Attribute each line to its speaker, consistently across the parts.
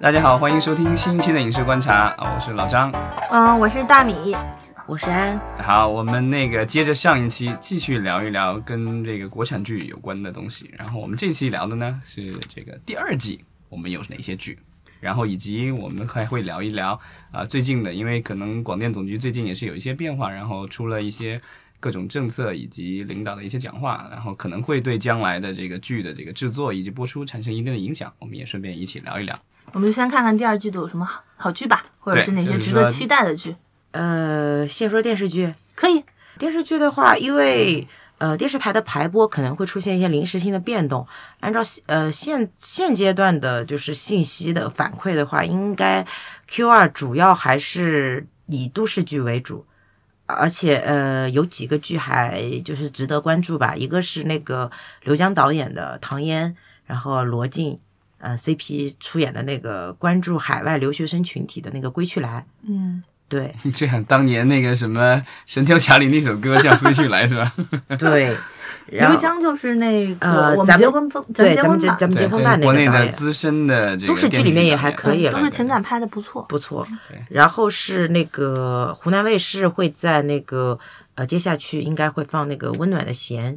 Speaker 1: 大家好，欢迎收听新一期的影视观察啊，我是老张。
Speaker 2: 嗯，我是大米。
Speaker 3: 我是安，
Speaker 1: 好，我们那个接着上一期继续聊一聊跟这个国产剧有关的东西。然后我们这期聊的呢是这个第二季我们有哪些剧，然后以及我们还会聊一聊啊、最近的，因为可能广电总局最近也是有一些变化，然后出了一些各种政策以及领导的一些讲话，然后可能会对将来的这个剧的这个制作以及播出产生一定的影响。我们也顺便一起聊一聊。
Speaker 2: 我们就先看看第二季度有什么好好剧吧，或者
Speaker 1: 对
Speaker 2: 是哪
Speaker 1: 就
Speaker 2: 些
Speaker 1: 是
Speaker 2: 值
Speaker 1: 说
Speaker 2: 得期待的剧。
Speaker 3: 呃，先说电视剧。
Speaker 2: 可以，
Speaker 3: 电视剧的话，因为呃电视台的排播可能会出现一些临时性的变动，按照呃现现阶段的就是信息的反馈的话，应该 Q 二主要还是以都市剧为主。而且，呃，有几个剧还就是值得关注吧。一个是那个刘江导演的《唐嫣》，然后罗晋，呃，CP 出演的那个关注海外留学生群体的那个《归去来》。
Speaker 2: 嗯，
Speaker 3: 对，
Speaker 1: 这样，当年那个什么《神雕侠侣》那首歌叫《归去来》是
Speaker 3: 嗯
Speaker 1: 吧？
Speaker 3: 对，然
Speaker 2: 刘
Speaker 3: 后
Speaker 2: 江就是那个、
Speaker 3: 呃
Speaker 2: 我们
Speaker 3: 咱们
Speaker 2: 结婚风，
Speaker 3: 对
Speaker 2: 结
Speaker 3: 咱
Speaker 2: 婚
Speaker 3: 们结
Speaker 2: 吧，
Speaker 3: 咱们
Speaker 1: 对，
Speaker 3: 结
Speaker 1: 这
Speaker 3: 婚
Speaker 1: 是
Speaker 3: 办那
Speaker 1: 国
Speaker 3: 个
Speaker 1: 内
Speaker 3: 导
Speaker 1: 的
Speaker 3: 演
Speaker 1: 资深的这个
Speaker 3: 都市剧
Speaker 1: 电视
Speaker 3: 里面也
Speaker 1: 导演
Speaker 3: 还可以
Speaker 2: 嗯
Speaker 3: 了
Speaker 2: 都是情感拍的不错。
Speaker 3: 不错
Speaker 1: 对。
Speaker 3: 然后是那个湖南卫视会在那个呃接下去应该会放那个《温暖的弦》。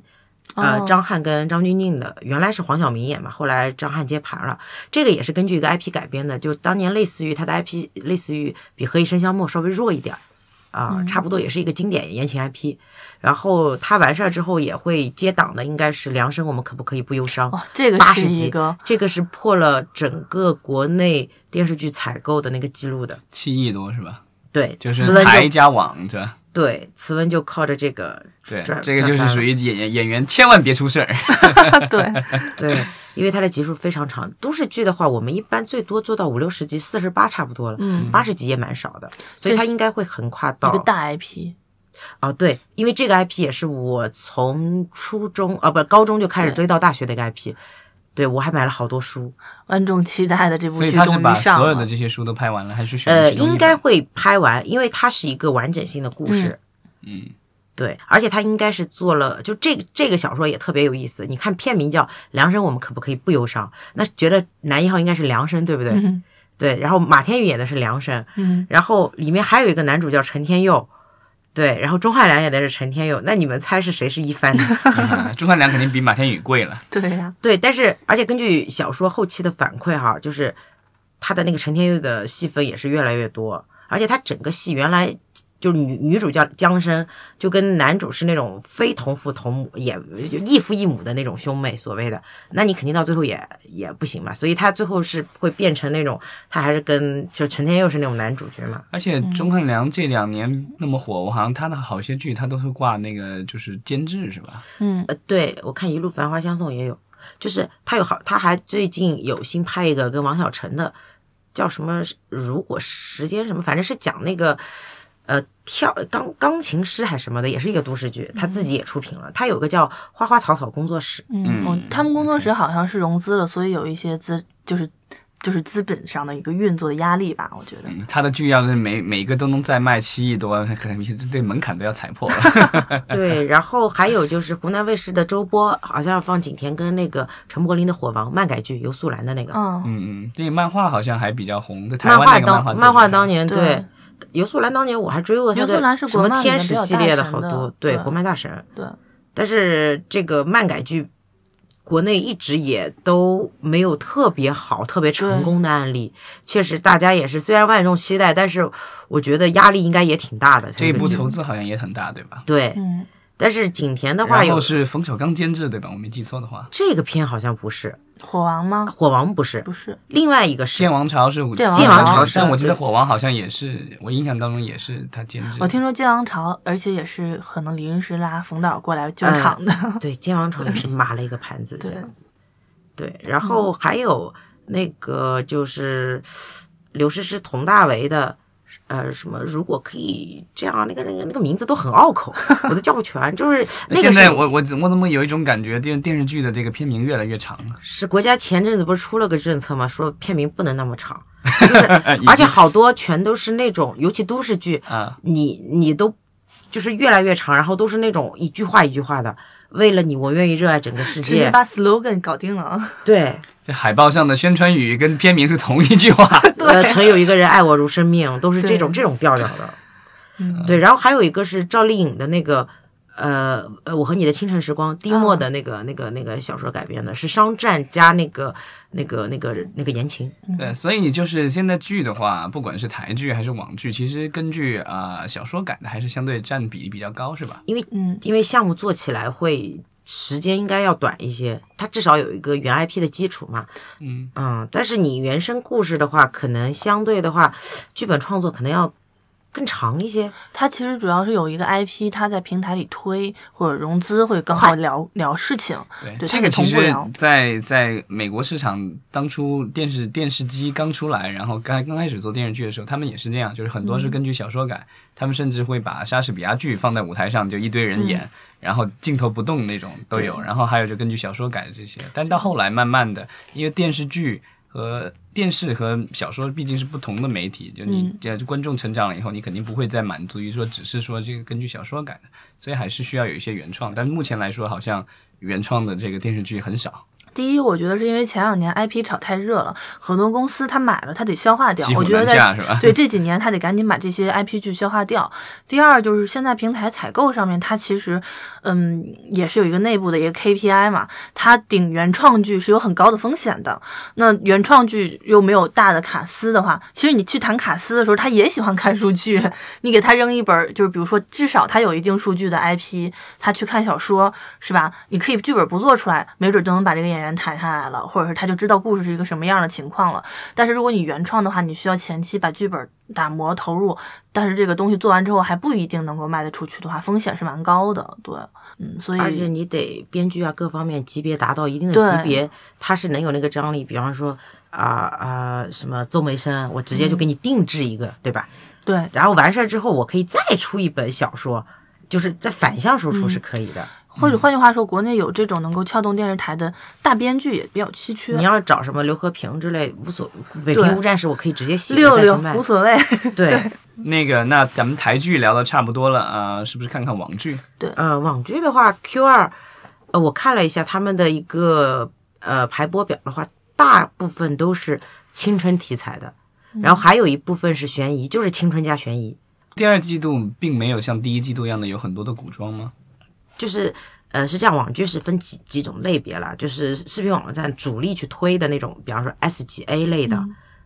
Speaker 3: 呃，
Speaker 2: 哦
Speaker 3: 张翰跟张钧甯的，原来是黄晓明演嘛，后来张翰接盘了。这个也是根据一个 IP 改编的，就当年类似于他的 IP，类似于比《何以笙箫默》稍微弱一点儿，啊、
Speaker 2: 嗯
Speaker 3: 差不多也是一个经典言情 IP。然后他完事儿之后也会接档的，应该是《梁生我们可不可以不忧伤》
Speaker 2: 哇、哦这个
Speaker 3: 八
Speaker 2: 是
Speaker 3: 十
Speaker 2: 一
Speaker 3: 集
Speaker 2: 个，
Speaker 3: 这个是破了整个国内电视剧采购的那个记录的。
Speaker 1: 七亿多是吧？
Speaker 3: 对，
Speaker 1: 就是
Speaker 3: 慈文
Speaker 1: 台
Speaker 3: 就
Speaker 1: 加网对吧？
Speaker 3: 对慈文就靠着这个
Speaker 1: 对
Speaker 3: 转，
Speaker 1: 这个就是
Speaker 3: 转发
Speaker 1: 属于演员演员千万别出事儿。
Speaker 2: 对，
Speaker 3: 对，因为它的集数非常长。都市剧的话，我们一般最多做到五六十集，四十八差不多了，
Speaker 2: 嗯，
Speaker 3: 八十集也蛮少的，所以它应该会横跨
Speaker 2: 一个
Speaker 3: 到
Speaker 2: 大 IP，
Speaker 3: 哦，对，因为这个 IP 也是我从初中啊不高中就开始
Speaker 2: 对
Speaker 3: 追到大学的一个 IP，对我还买了好多书，
Speaker 2: 观众期待的这部
Speaker 1: 所以
Speaker 2: 剧
Speaker 1: 他
Speaker 2: 终
Speaker 1: 是
Speaker 2: 于
Speaker 1: 把
Speaker 2: 上
Speaker 1: 所有的
Speaker 2: 了。
Speaker 1: 这些书都拍完了，还是选了
Speaker 3: 呃，
Speaker 1: 其中一本
Speaker 3: 应 该会拍完，因为它是一个完整性的故事。
Speaker 1: 嗯，
Speaker 3: 对，而且他应该是做了，就这个这个小说也特别有意思。你看片名叫《梁生，我们可不可以不忧伤》？那觉得男一号应该是梁生，对不对？
Speaker 2: 嗯
Speaker 3: 对。然后马天宇演的是梁生，
Speaker 2: 嗯，
Speaker 3: 然后里面还有一个男主叫陈天佑，对。然后钟汉良演的是陈天佑，那你们猜是谁是一番呢？
Speaker 1: 嗯钟汉良肯定比马天宇贵了。
Speaker 2: 对呀、
Speaker 3: 对，但是而且根据小说后期的反馈哈，就是他的那个陈天佑的戏份也是越来越多，而且他整个戏原来就是女女主叫江生，就跟男主是那种非同父同母，也就异父异母的那种兄妹，所谓的，那你肯定到最后也也不行嘛，所以他最后是会变成那种，他还是跟就陈天佑是那种男主角嘛，
Speaker 1: 而且钟汉良这两年那么火，我好像他的好些剧他都是挂那个就是监制是吧？
Speaker 2: 嗯，
Speaker 3: 呃，对我看《一路繁华相送》也有，就是他有好，他还最近有新拍一个跟王小晨的，叫什么？如果时间什么，反正是讲那个，呃，跳钢钢琴师还是什么的，也是一个都市剧，他自己也出品了。他有个叫《花花草草工 作室》，
Speaker 2: 嗯，
Speaker 1: 嗯
Speaker 2: 哦他们工作
Speaker 1: OK
Speaker 2: 室好像是融资了，所以有一些资就是就是资本上的一个运作的压力吧，我觉得。
Speaker 1: 嗯，他的剧要是每每个都能再卖七亿多，可能这这门槛都要踩破了。
Speaker 3: 对，然后还有就是湖南卫视的周播，好像要放景甜跟那个陈柏霖的《火王》漫改剧，游素兰的那个。
Speaker 2: 嗯，
Speaker 1: 嗯嗯，这个漫画好像还比较红，在台
Speaker 3: 漫
Speaker 1: 湾那
Speaker 3: 画
Speaker 1: 个漫
Speaker 3: 当
Speaker 1: 画
Speaker 3: 漫画
Speaker 1: 最近
Speaker 3: 当年
Speaker 2: 对
Speaker 3: 对，游素兰当年我还追过她
Speaker 2: 游素
Speaker 3: 的
Speaker 2: 兰是
Speaker 3: 什
Speaker 2: 国
Speaker 3: 么
Speaker 2: 漫里
Speaker 3: 天
Speaker 2: 面
Speaker 3: 使
Speaker 2: 比较
Speaker 3: 系
Speaker 2: 大
Speaker 3: 列的
Speaker 2: 神
Speaker 3: 好
Speaker 2: 的
Speaker 3: 多，对
Speaker 2: 对
Speaker 3: 国漫大神。
Speaker 2: 对，
Speaker 3: 但是这个漫改剧，国内一直也都没有特别好、特别成功的案例。确实，大家也是虽然万众期待，但是我觉得压力应该也挺大的。
Speaker 1: 这一部
Speaker 3: 个剧
Speaker 1: 投资好像也很大，对吧？
Speaker 3: 对，
Speaker 2: 嗯，
Speaker 3: 但是景甜的话
Speaker 1: 然
Speaker 3: 有
Speaker 1: 后是冯小刚监制，对吧？我没记错的话，
Speaker 3: 这个片好像不是
Speaker 2: 火王
Speaker 3: 《
Speaker 2: 吗？
Speaker 3: 火王》，不是，
Speaker 2: 不是，
Speaker 3: 另外一个
Speaker 1: 《
Speaker 3: 是
Speaker 1: 剑王朝》是我
Speaker 2: 剑王
Speaker 3: 剑王朝是
Speaker 1: 但我记得《
Speaker 3: 对
Speaker 1: 火王》好像也是，我印象当中也是他监制。
Speaker 2: 我听说《剑王朝》，而且也是可能临时拉冯导过来救场的。
Speaker 3: 对《剑王朝》也是抹了一个盘子
Speaker 2: 对
Speaker 3: 这样子。对，然后
Speaker 1: 嗯
Speaker 3: 还有那个就是刘诗诗、佟大为的，呃，什么如果可以这样，那个那个那个名字都很拗口，我都叫不 全。就是那个
Speaker 1: 现
Speaker 3: 是
Speaker 1: 在我我我怎么有一种感觉，电电视剧的这个片名越来越长 了，
Speaker 3: 是国家前阵子不是出了个政策嘛，说片名不能那么长，就是
Speaker 1: 哎已
Speaker 3: 而且
Speaker 1: 经
Speaker 3: 好多全都是那种，尤其都市剧，
Speaker 1: 啊，
Speaker 3: 你你都就是越来越长，然后都是那种一句话一句话的。为了你，我愿意热爱整个世
Speaker 2: 直接
Speaker 3: 界。
Speaker 2: 把 slogan 搞定了啊！
Speaker 3: 对，
Speaker 1: 这海报上的宣传语跟片名是同一句 话。
Speaker 3: 呃，曾有一个人爱我如生命，都是这种
Speaker 2: 对
Speaker 3: 这种调调的。
Speaker 2: 嗯
Speaker 3: 对，然后还有一个是赵丽颖的那个，呃呃，我和你的清晨时光，
Speaker 2: 嗯
Speaker 3: 丁墨的那个、那个那个小说改编的，是商战加那个那个那个那个言情。
Speaker 1: 对，呃所以就是现在剧的话，不管是台剧还是网剧，其实根据啊、呃小说改的还是相对占比比较高，是吧？
Speaker 2: 嗯，
Speaker 3: 因为项目做起来会时间应该要短一些，它至少有一个原 IP 的基础嘛。
Speaker 1: 嗯
Speaker 3: 但是你原生故事的话，可能相对的话，剧本创作可能要更长一些。
Speaker 2: 它其实主要是有一个 IP，它在平台里推或者融资会更好
Speaker 3: 快
Speaker 2: 聊聊事情。
Speaker 1: 对，
Speaker 2: 对
Speaker 1: 这
Speaker 2: 它
Speaker 1: 个
Speaker 2: 是
Speaker 1: 其
Speaker 2: 同步
Speaker 1: 实
Speaker 2: 聊
Speaker 1: 在在美国市场当初电视电视机刚出来，然后刚刚开始做电视剧的时候，他们也是这样，就是很
Speaker 2: 嗯
Speaker 1: 多是根据小说改，他们甚至会把莎士比亚剧放在舞台上，就一堆
Speaker 2: 嗯
Speaker 1: 人演，然后镜头不动那种都有，然后还有就根据小说改的这些，但到后来慢慢的，因为电视剧和电视和小说毕竟是不同的媒体，就你
Speaker 2: 嗯
Speaker 1: 这观众成长了以后，你肯定不会再满足于说只是说这个根据小说改的，所以还是需要有一些原创。但目前来说，好像原创的这个电视剧很少，
Speaker 2: 第一，我觉得是因为前两年 IP 炒太热了，很多公司它买了，它得消化掉
Speaker 1: 骑。虎
Speaker 2: 我觉
Speaker 1: 难
Speaker 2: 得
Speaker 1: 下是
Speaker 2: 在
Speaker 1: 吧？
Speaker 2: 对这几年，它得赶紧把这些 IP 剧消化掉。第二，就是现在平台采购上面，它其实，嗯，也是有一个内部的一个 KPI 嘛，它顶原创剧是有很高的风险的。那原创剧又没有大的卡司的话，其实你去谈卡司的时候，他也喜欢看数据。你给他扔一本儿，就是比如说，至少他有一定数据的 IP，他去看小说是吧？你可以剧本不做出来，没准就能把这个演员抬下来了，或者是他就知道故事是一个什么样的情况了。但是如果你原创的话，你需要前期把剧本打磨投入，但是这个东西做完之后还不一定能够卖得出去的话，风险是蛮高的。对，嗯，所以
Speaker 3: 而且你得编剧啊各方面级别达到一定的
Speaker 2: 对
Speaker 3: 级别，它是能有那个张力。比方说啊啊、什么邹梅生，我直接
Speaker 2: 嗯
Speaker 3: 就给你定制一个，对吧？
Speaker 2: 对，
Speaker 3: 然后完事儿之后，我可以再出一本小说，就是在反向输
Speaker 2: 嗯
Speaker 3: 出是可以的。
Speaker 2: 或
Speaker 3: 嗯
Speaker 2: 者换句话说，国内有这种能够撬动电视台的大编剧也比较稀缺。
Speaker 3: 你要是找什么刘和平之类，无所北
Speaker 2: 对
Speaker 3: 平无战事，我可以直接写
Speaker 2: 六
Speaker 3: 了再
Speaker 2: 六
Speaker 3: 去卖
Speaker 2: 无。所谓，
Speaker 3: 对，
Speaker 1: 那个，那咱们台剧聊的差不多了啊、呃是不是看看网剧？
Speaker 3: 呃，网剧的话，Q 二，呃，我看了一下他们的一个呃排播表的话，大部分都是青春题材的，然后还有一部分是悬疑，就是青春加悬疑，
Speaker 1: 第二季度并没有像第一季度一样的有很多的古装吗？
Speaker 3: 就是。呃，是这样，网剧是分几几种类别啦，就是视频网站主力去推的那种，比方说 S 级 A 类的，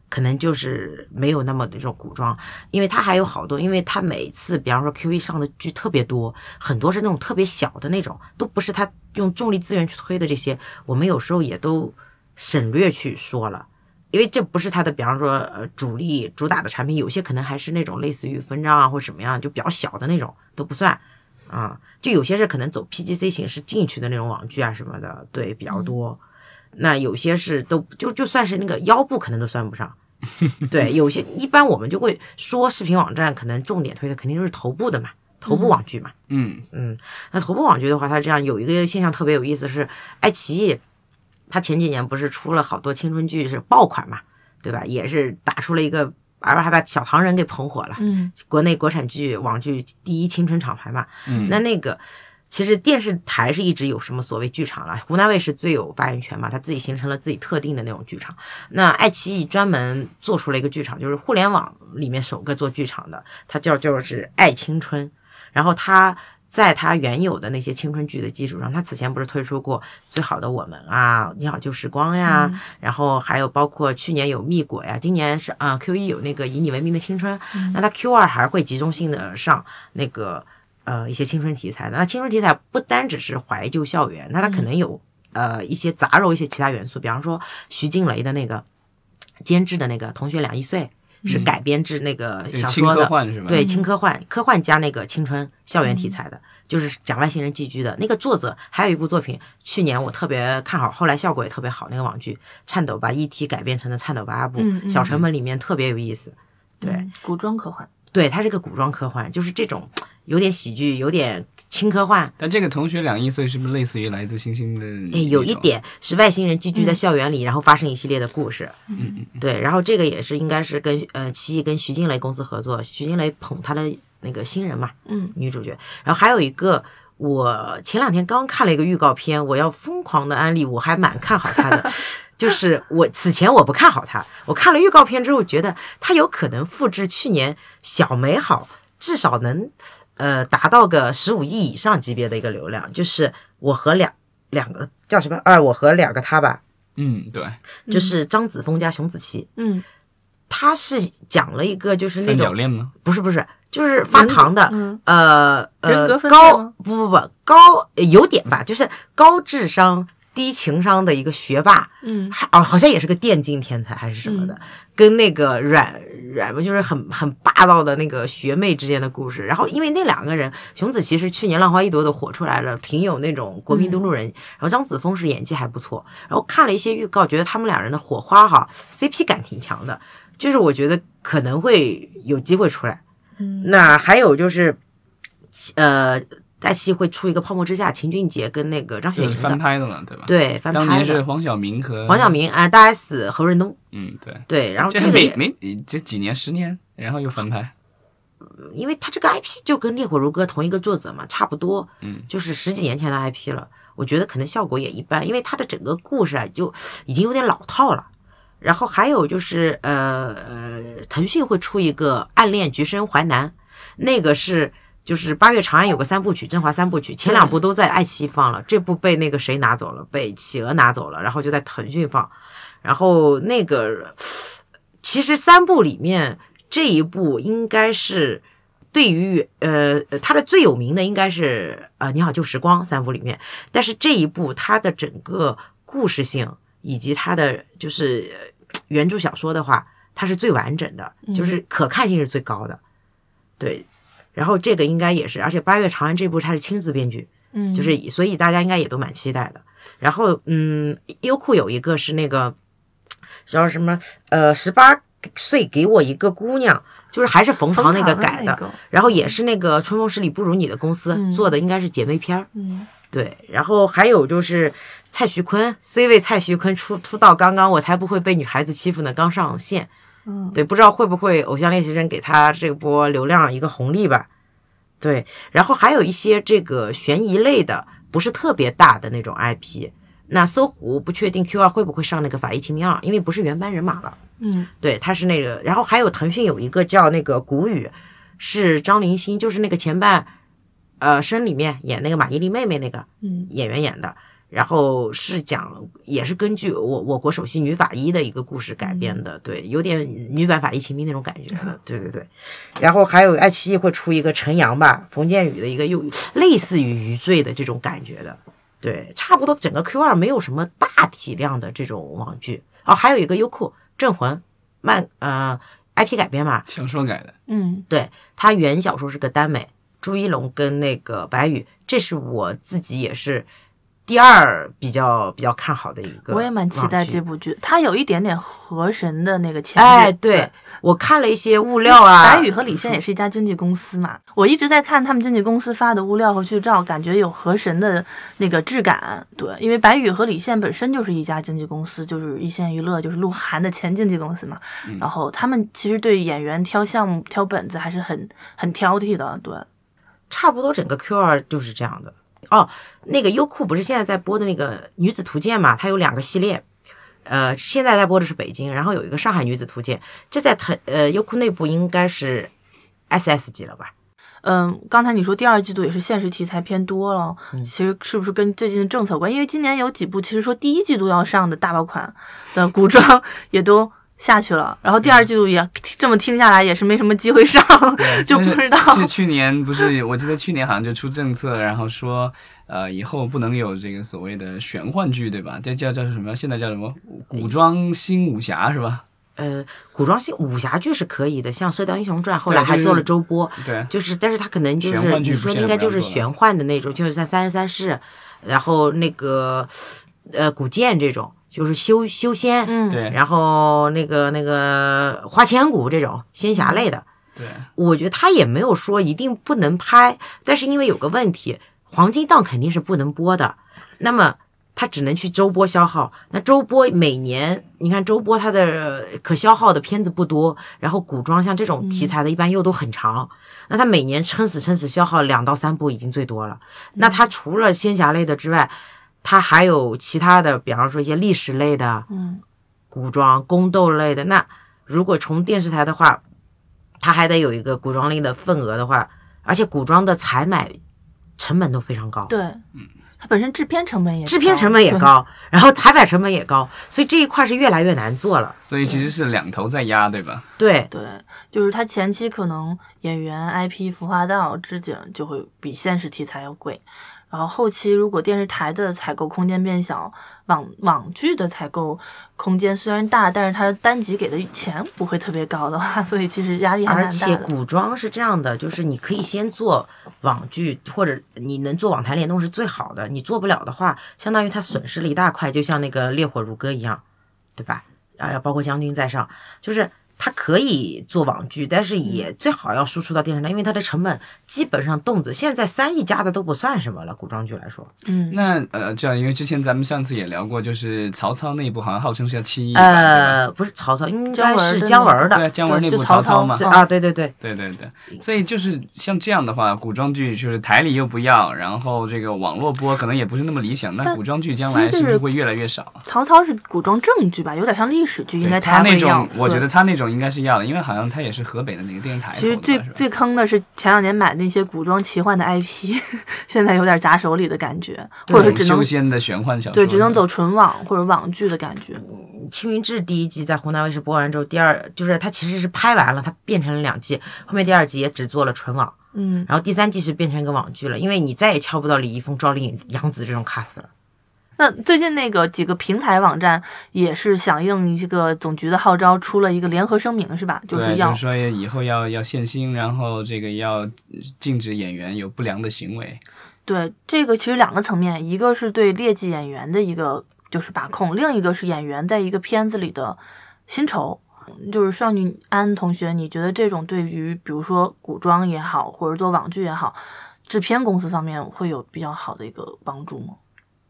Speaker 3: 可能就是没有那么那种古装，因为它还有好多，因为它每次比方说 Q E 上的剧特别多，很多是那种特别小的那种，都不是它用重力资源去推的这些，我们有时候也都省略去说了。因为这不是它的，比方说呃主力主打的产品，有些可能还是那种类似于分账啊或什么样，就比较小的那种都不算啊、就有些是可能走 PGC 形式进去的那种网剧啊什么的，对比较多。那有些是都就就算是那个腰部可能都算不上，对，有些一般我们就会说视频网站可能重点推的肯定就是头部的嘛，头部网剧嘛。
Speaker 1: 嗯，
Speaker 3: 嗯，那头部网剧的话，它这样有一个现象特别有意思是，爱奇艺，它前几年不是出了好多青春剧是爆款嘛，对吧？也是打出了一个，而还把小唐人给捧火了，
Speaker 2: 嗯，
Speaker 3: 国内国产剧网剧第一青春厂牌嘛。
Speaker 1: 嗯
Speaker 3: 那那个其实电视台是一直有什么所谓剧场了，湖南卫视最有发言权嘛，它自己形成了自己特定的那种剧场。那爱奇艺专门做出了一个剧场，就是互联网里面首个做剧场的，它叫就是爱青春。然后它在它原有的那些青春剧的基础上，它此前不是推出过《最好的我们》啊，《你好旧时光》呀，然后还有包括去年有《蜜果》呀，今年是啊、Q 一有那个《以你为名的青春》，那它 Q 二还会集中性的上那个呃一些青春题材的。那青春题材不单只是怀旧校园，那它可能有、呃一些杂糅一些其他元素，比方说徐静蕾的那个监制的那个《同学两一岁》。是改编至那个
Speaker 1: 这
Speaker 3: 小
Speaker 1: 轻
Speaker 3: 说的，
Speaker 1: 科幻
Speaker 2: 嗯
Speaker 1: 是吧？
Speaker 3: 对，轻科幻，科幻加那个青春校园题材的，就是讲外星人寄居的那个作者，还有一部作品，去年我特别看好，后来效果也特别好，那个网剧《颤抖吧 E.T.》改编成的《颤抖吧阿布》
Speaker 2: 嗯嗯
Speaker 3: 小成本里面特别有意思。对，
Speaker 2: 嗯，古装科幻，
Speaker 3: 对，它是个古装科幻，就是这种有点喜剧，有点轻科幻，
Speaker 1: 但这个同学两亿岁是不是类似于来自星星的
Speaker 3: 诶，
Speaker 1: 那种？
Speaker 3: 哎有一点是外星人寄居在校园里，然后发生一系列的故事。
Speaker 1: 嗯，
Speaker 3: 对，然后这个也是应该是跟呃奇异跟徐静蕾公司合作，徐静蕾捧她的那个新人嘛，
Speaker 2: 嗯，
Speaker 3: 女主角。然后还有一个我前两天刚看了一个预告片，我要疯狂的安利，我还蛮看好它的。就是我此前我不看好它，我看了预告片之后，觉得它有可能复制去年《小美好》，至少能呃达到个十五亿以上级别的一个流量。就是我和两两个叫什么啊？我和两个他吧，
Speaker 1: 嗯，对，
Speaker 3: 就是张子枫加熊梓淇，
Speaker 2: 嗯，
Speaker 3: 他是讲了一个就是那
Speaker 1: 三角
Speaker 3: 种哎
Speaker 1: 恋吗？
Speaker 3: 不是不是，就是发糖的，
Speaker 2: 嗯
Speaker 3: 呃
Speaker 2: 人
Speaker 3: 呃
Speaker 2: 格分裂
Speaker 3: 高
Speaker 2: 吗
Speaker 3: 不不不高呃有点吧，就是高智商低情商的一个学霸，
Speaker 2: 嗯
Speaker 3: 还哦好像也是个电竞天才还是什么的，跟那个软软不就是很很霸道的那个学妹之间的故事。然后因为那两个人，熊梓淇是去年《浪花一朵朵》火出来了，挺有那种国
Speaker 2: 嗯
Speaker 3: 民读路人，然后张子枫是演技还不错，然后看了一些预告，觉得他们两人的火花哈 CP 感挺强的，就是我觉得可能会有机会出来。
Speaker 2: 嗯
Speaker 3: 那还有就是，呃，黛西会出一个《泡沫之夏》，秦俊杰跟那个张雪
Speaker 1: 就
Speaker 3: 迎
Speaker 1: 是
Speaker 3: 的，
Speaker 1: 翻拍的了，对吧？，
Speaker 3: 对翻
Speaker 1: 当
Speaker 3: 拍
Speaker 1: 年是
Speaker 3: 的。
Speaker 1: 黄晓明和
Speaker 3: 黄晓，明啊，大 S 侯润东，
Speaker 1: 嗯，对，
Speaker 3: 对，
Speaker 2: 哦
Speaker 3: 然后
Speaker 1: 嗯这
Speaker 3: 这个
Speaker 1: 没
Speaker 3: 也，
Speaker 1: 没这几年十年，然后又翻拍，
Speaker 3: 因为他这个 IP 就跟《烈火如歌》同一个作者嘛，差不多，
Speaker 1: 嗯，
Speaker 3: 就是十几年前的 IP 了。我觉得可能效果也一般，因为它的整个故事啊就已经有点老套了。然后还有就是，呃呃，腾讯会出一个《暗恋橘生淮南》，那个是就是八月长安有个三部曲，振华三部曲，前两部都在爱奇艺放了，这部被那个谁拿走了，被企鹅拿走了，然后就在腾讯放。然后那个其实三部里面这一部应该是对于呃它的最有名的应该是呃《你好旧时光》三部里面，但是这一部它的整个故事性以及它的就是呃原著小说的话，它是最完整的，
Speaker 2: 嗯
Speaker 3: 就是可看性是最高的，对。然后这个应该也是，而且《八月长安》这部它是亲自编剧，
Speaker 2: 嗯，
Speaker 3: 就是所以大家应该也都蛮期待的。然后嗯，优酷有一个是那个叫什么呃，十八岁给我一个姑娘，就是还是冯
Speaker 2: 冯
Speaker 3: 唐那个
Speaker 2: 唐啊
Speaker 3: 改的，
Speaker 2: 个，
Speaker 3: 然后也是那个《春风十里不如你》的公司、
Speaker 2: 嗯
Speaker 3: 做的，应该是姐妹篇儿。
Speaker 2: 嗯
Speaker 3: 对，然后还有就是蔡徐坤，C 位蔡徐坤出出道刚刚，我才不会被女孩子欺负呢，刚上线。
Speaker 2: 嗯，
Speaker 3: 对，不知道会不会《偶像练习生》给他这波流量一个红利吧？对，然后还有一些这个悬疑类的，不是特别大的那种 IP。那搜狐不确定 Q 二会不会上那个《法医秦明二》，因为不是原班人马了。
Speaker 2: 嗯
Speaker 3: 对，他是那个，然后还有腾讯有一个叫那个谷雨，是张林鑫，就是那个前半呃生里面演那个马伊琍妹妹那个，
Speaker 2: 嗯
Speaker 3: 演员演的，然后是讲也是根据我我国首席女法医的一个故事改编的，对，有点女版法医秦明那种感觉的，对对对。然后还有爱奇艺会出一个陈阳吧，冯建宇的一个又类似于余罪的这种感觉的，对，差不多整个 Q 二没有什么大体量的这种网剧哦，还有一个优酷《镇魂》漫呃 IP 改编嘛，
Speaker 1: 小说改的，
Speaker 2: 嗯
Speaker 3: 对，它原小说是个耽美，朱一龙跟那个白宇，这是我自己也是第二比较比较看好的一个。
Speaker 2: 我也蛮期待这。部剧，它有一点点河神的那个前面。
Speaker 3: 哎，对，我看了一些物料啊，
Speaker 2: 嗯白宇和李现也是一家经纪公司嘛，我一直在看他们经纪公司发的物料和剧照，感觉有河神的那个质感。对，因为白宇和李现本身就是一家经纪公司，就是一线娱乐，就是鹿晗的前经纪公司嘛。然后他们其实对演员挑项目、挑本子还是很很挑剔的。对，
Speaker 3: 差不多整个 Q 二就是这样的。哦，那个优酷不是现在在播的那个《女子图鉴》嘛，它有两个系列，呃，现在在播的是北京，然后有一个《上海女子图鉴》，这在腾呃优酷内部应该是 SS 级了吧？
Speaker 2: 嗯，刚才你说第二季度也是现实题材偏多了，
Speaker 3: 嗯
Speaker 2: 其实是不是跟最近的政策有关？因为今年有几部其实说第一季度要上的大爆款的古装也都下去了，然后第二季度也这么听下来也是没什么机会 上，就不知道。
Speaker 1: 但是是去年不是，我记得去年好像就出政策，然后说，呃，以后不能有这个所谓的玄幻剧，对吧？这叫叫什么？现在叫什么？古装新武侠是吧？
Speaker 3: 呃，古装戏武侠剧是可以的，像《射雕英雄传》后来
Speaker 1: 对
Speaker 3: 还
Speaker 1: 就是
Speaker 3: 做了周播，
Speaker 1: 对，
Speaker 3: 就是但是它可能就
Speaker 1: 玄
Speaker 3: 是
Speaker 1: 幻剧
Speaker 3: 你
Speaker 1: 不
Speaker 3: 说
Speaker 1: 现
Speaker 3: 应
Speaker 1: 在
Speaker 3: 该
Speaker 1: 不
Speaker 3: 就
Speaker 1: 让
Speaker 3: 是
Speaker 1: 做了
Speaker 3: 玄幻的那种，就是像《三生三世》，然后那个呃古剑这种，就是修修仙，
Speaker 2: 嗯，
Speaker 1: 对
Speaker 3: 然后那个那个花千骨这种仙
Speaker 1: 嗯
Speaker 3: 侠类的，
Speaker 1: 对，
Speaker 3: 我觉得他也没有说一定不能拍，但是因为有个问题，黄金档肯定是不能播的。那么它只能去周播消耗。那周播每年，你看周播它的可消耗的片子不多，然后古装像这种题材的，一般又都很长。那它每年撑死撑死消耗两到三部已经最多了。那它除了仙侠类的之外，它还有其他的，比方说一些历史类的、
Speaker 2: 嗯
Speaker 3: 古装、宫斗类的。那如果从电视台的话，它还得有一个古装类的份额的话，而且古装的采买成本都非常高。
Speaker 2: 对，它本身制片成本也
Speaker 3: 嗯制片
Speaker 2: 高
Speaker 3: 成本也
Speaker 2: 对
Speaker 3: 高，然后采买成本也高，所以这一块是越来越难做了。
Speaker 1: 所以其实是两头在压，对吧？
Speaker 3: 对，
Speaker 2: 对，就是它前期可能演员、IP、服化道、置景就会比现实题材要贵，然后后期如果电视台的采购空间变小，网网剧的采购空间虽然大，但是它单集给的钱不会特别高的话，所以其实压力还
Speaker 3: 而
Speaker 2: 蛮大
Speaker 3: 且
Speaker 2: 的。
Speaker 3: 古装是这样的，就是你可以先做网剧，或者你能做网台联动是最好的。你做不了的话，相当于它损失了一大块，就像那个《烈火如歌》一样，对吧？啊，包括《将军在上》，就是它可以做网剧，但
Speaker 2: 嗯
Speaker 3: 是也最好要输出到电视台，因为它的成本基本上动辄现在三亿加的都不算什么了，古装剧来说。
Speaker 2: 嗯，
Speaker 1: 那呃，这样，因为之前咱们上次也聊过，就是曹操那一部好像号称是要七亿吧，
Speaker 3: 呃，不是曹操，应
Speaker 2: 姜
Speaker 3: 该
Speaker 2: 文
Speaker 3: 是
Speaker 2: 的那
Speaker 3: 姜文
Speaker 1: 对
Speaker 3: 儿
Speaker 1: 吧
Speaker 3: 的。
Speaker 1: 对，啊姜文
Speaker 2: 对
Speaker 1: 那部
Speaker 2: 就曹
Speaker 1: 操
Speaker 2: 操
Speaker 1: 嘛
Speaker 2: 对，
Speaker 3: 对啊，对对对，
Speaker 1: 对对对，所以就是像这样的话，古装剧就是台里又不要，然后这个网络播可能也不是那么理想，那
Speaker 2: 但
Speaker 1: 古装剧将来
Speaker 2: 其实
Speaker 1: 是不是
Speaker 2: 是
Speaker 1: 会越来越少？啊
Speaker 2: 曹操是古装正剧吧，有点像历史剧，应该
Speaker 1: 对他
Speaker 2: 台
Speaker 1: 那
Speaker 2: 会要
Speaker 1: 种，。我觉
Speaker 2: 对
Speaker 1: 得他那种应该是要的，因为好像他也是河北的哪个电视台
Speaker 2: 其实
Speaker 1: 投的
Speaker 2: 最
Speaker 1: 吧是吧
Speaker 2: 最坑的是前两年买那些古装奇幻的 IP，现 在有点砸手里的感觉，或者
Speaker 1: 那
Speaker 2: 是
Speaker 1: 种
Speaker 2: 只
Speaker 1: 修
Speaker 2: 能
Speaker 1: 仙的玄啊幻小说，
Speaker 2: 对只能走纯网或者网剧的感觉。
Speaker 3: 《青云志》第一季在湖南卫视播完之后，第二就是它其实是拍完了，它变成了两季，后面第二季也只做了纯网，
Speaker 2: 嗯，
Speaker 3: 然后第三季是变成一个网剧了，因为你再也敲不到李易峰、赵丽颖、杨紫这种卡死了。
Speaker 2: 那最近那个几个平台网站也是响应一个总局的号召，出了一个联合声明，是吧？就
Speaker 1: 对，
Speaker 2: 是
Speaker 1: 就
Speaker 2: 要
Speaker 1: 是说以后要要限薪，然后这个要禁止演员有不良的行为。
Speaker 2: 对这个其实两个层面，一个是对劣迹演员的一个就是把控，另一个是演员在一个片子里的薪酬。就是少女安同学，你觉得这种对于比如说古装也好，或者做网剧也好，制片公司方面会有比较好的一个帮助吗？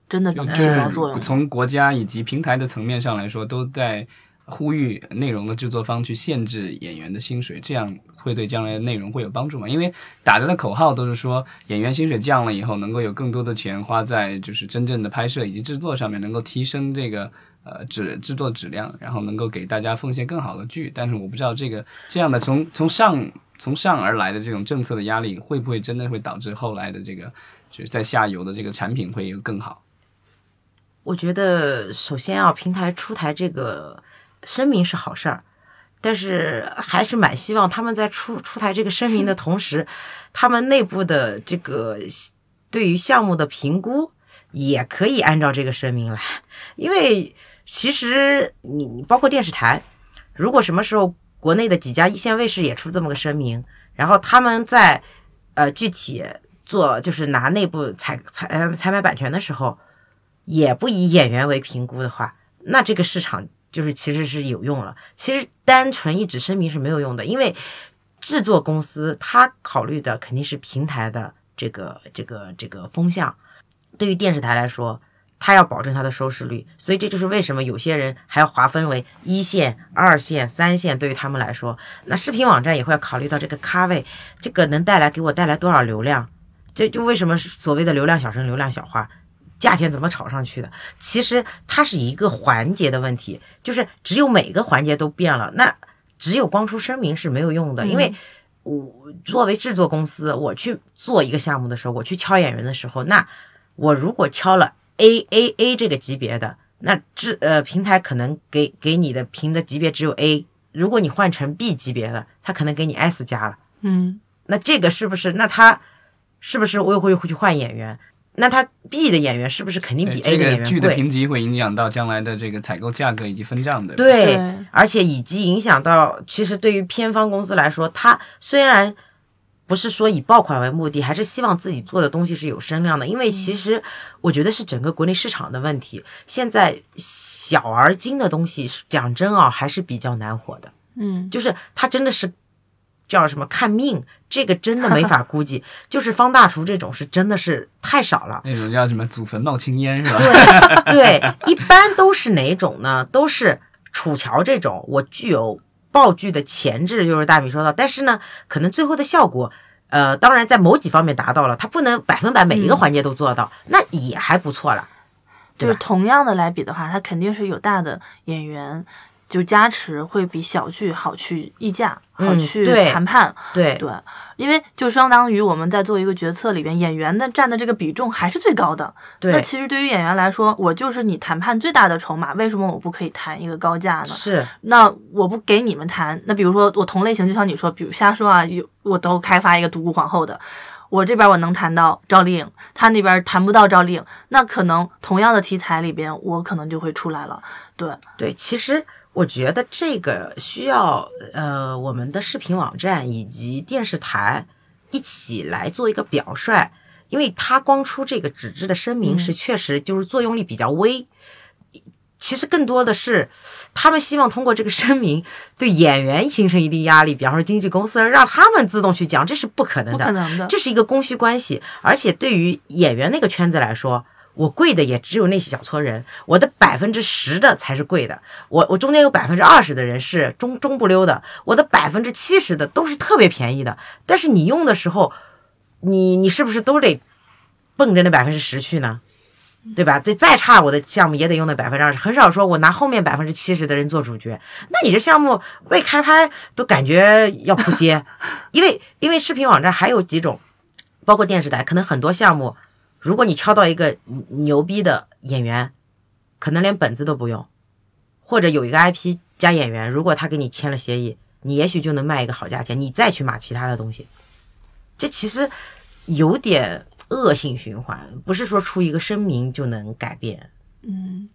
Speaker 2: 真的能
Speaker 1: 就
Speaker 2: 起到作用
Speaker 1: 是
Speaker 2: 吗？
Speaker 1: 从国家以及平台的层面上来说，都在呼吁内容的制作方去限制演员的薪水，这样会对将来的内容会有帮助吗？因为打着的口号都是说演员薪水降了以后，能够有更多的钱花在就是真正的拍摄以及制作上面，能够提升这个。呃，制制作质量，然后能够给大家奉献更好的剧，但是我不知道这个这样的从从上从上而来的这种政策的压力，会不会真的会导致后来的这个就是在下游的这个产品会有更好？
Speaker 3: 我觉得首先啊，平台出台这个声明是好事儿，但是还是蛮希望他们在出出台这个声明的同时， 他们内部的这个对于项目的评估也可以按照这个声明来，因为其实你你包括电视台，如果什么时候国内的几家一线卫视也出这么个声明，然后他们在呃具体做就是拿内部采采呃采买版权的时候。也不以演员为评估的话，那这个市场就是其实是有用了。其实单纯一纸声明是没有用的，因为制作公司他考虑的肯定是平台的这个这个这个风向。对于电视台来说，他要保证它的收视率，所以这就是为什么有些人还要划分为一线、二线、三线。对于他们来说，那视频网站也会要考虑到这个咖位，这个能带来给我带来多少流量。这就为什么是所谓的流量小生、流量小花，价钱怎么炒上去的？其实它是一个环节的问题，就是只有每个环节都变了，那只有光出声明是没有用的，因为我作为制作公司，我去做一个项目的时候，我去敲演员的时候，那我如果敲了 A A A 这个级别的，那制呃平台可能给给你的评的级别只有 A，如果你换成 B 级别的，它可能给你 S 加了。
Speaker 2: 嗯，
Speaker 3: 那这个是不是？那他是不是我也会会去换演员？那他 B 的演员是不是肯定
Speaker 1: 对
Speaker 3: 比 A
Speaker 1: 哎这
Speaker 3: 的演
Speaker 1: 个剧
Speaker 3: 员
Speaker 1: 的
Speaker 3: 贵？
Speaker 1: 评级会影响到将来的这个采购价格以及分账，对吧？
Speaker 3: 对，
Speaker 2: 对
Speaker 3: 而且以及影响到，其实对于片方公司来说，他虽然不是说以爆款为目的，还是希望自己做的东西是有声量的。因为其实我觉得是整个国内市场的问题，现在小而精的东西，讲真啊，还是比较难火的。
Speaker 2: 嗯，
Speaker 3: 就是它真的是叫什么看命，这个真的没法 估计。就是方大厨这种是真的是太少了。
Speaker 1: 那种叫什么祖坟冒青烟是吧？
Speaker 3: 对 对，一般都是哪种呢？都是楚乔这种，我具有爆剧的潜质，就是大米说到，但是呢，可能最后的效果。呃，当然，在某几方面达到了，他不能百分百每
Speaker 2: 嗯
Speaker 3: 一个环节都做到，那也还不错了。
Speaker 2: 就是同样的来比的话，它肯定是有大的演员就加持，会比小剧好去议价，好
Speaker 3: 嗯
Speaker 2: 去
Speaker 3: 对
Speaker 2: 谈判。
Speaker 3: 对
Speaker 2: 对，因为就相当于我们在做一个决策里边，演员的占的这个比重还是最高的。那
Speaker 3: 对，
Speaker 2: 其实对于演员来说，我就是你谈判最大的筹码，为什么我不可以谈一个高价呢？
Speaker 3: 是
Speaker 2: 那我不给你们谈，那比如说我同类型，就像你说，比如瞎说啊，有我都开发一个独孤皇后的，我这边我能谈到赵丽颖，她那边谈不到赵丽颖，那可能同样的题材里边，我可能就会出来了。对，
Speaker 3: 对。其实我觉得这个需要呃，我们的视频网站以及电视台一起来做一个表率，因为他光出这个纸质的声明是确实就是作用力比较微。其实更多的是，他们希望通过这个声明对演员形成一定压力，比方说经纪公司让他们自动去讲，这是不可能
Speaker 2: 不
Speaker 3: 的。
Speaker 2: 可能的。
Speaker 3: 这是一个供需关系，而且对于演员那个圈子来说，我贵的也只有那些小撮人，我的百分之十的才是贵的，我我中间有百分之二十的人是中中不溜的，我的百分之七十的都是特别便宜的，但是你用的时候，你你是不是都得奔着那百分之十去呢？对吧？这再差我的项目也得用那百分之二十，很少说我拿后面百分之七十的人做主角。那你这项目未开拍都感觉要扑街，因为因为视频网站还有几种，包括电视台，可能很多项目，如果你敲到一个牛逼的演员，可能连本子都不用，或者有一个 IP 加演员，如果他跟你签了协议，你也许就能卖一个好价钱，你再去码其他的东西。这其实有点恶性循环，不是说出一个声明就能改变。
Speaker 2: 嗯，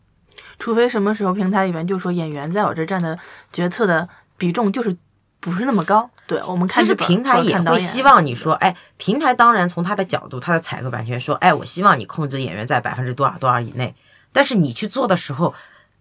Speaker 2: 除非什么时候平台里面就说演员在我这占的决策的比重就是不是那么高。对我们
Speaker 3: 其
Speaker 2: 看
Speaker 3: 实
Speaker 2: 剧本
Speaker 3: 平台
Speaker 2: 或者
Speaker 3: 也
Speaker 2: 看导
Speaker 3: 会
Speaker 2: 演
Speaker 3: 希望你说，哎，平台当然从他的角度，他的采购版权说，哎，我希望你控制演员在百分之多少多少以内。但是你去做的时候，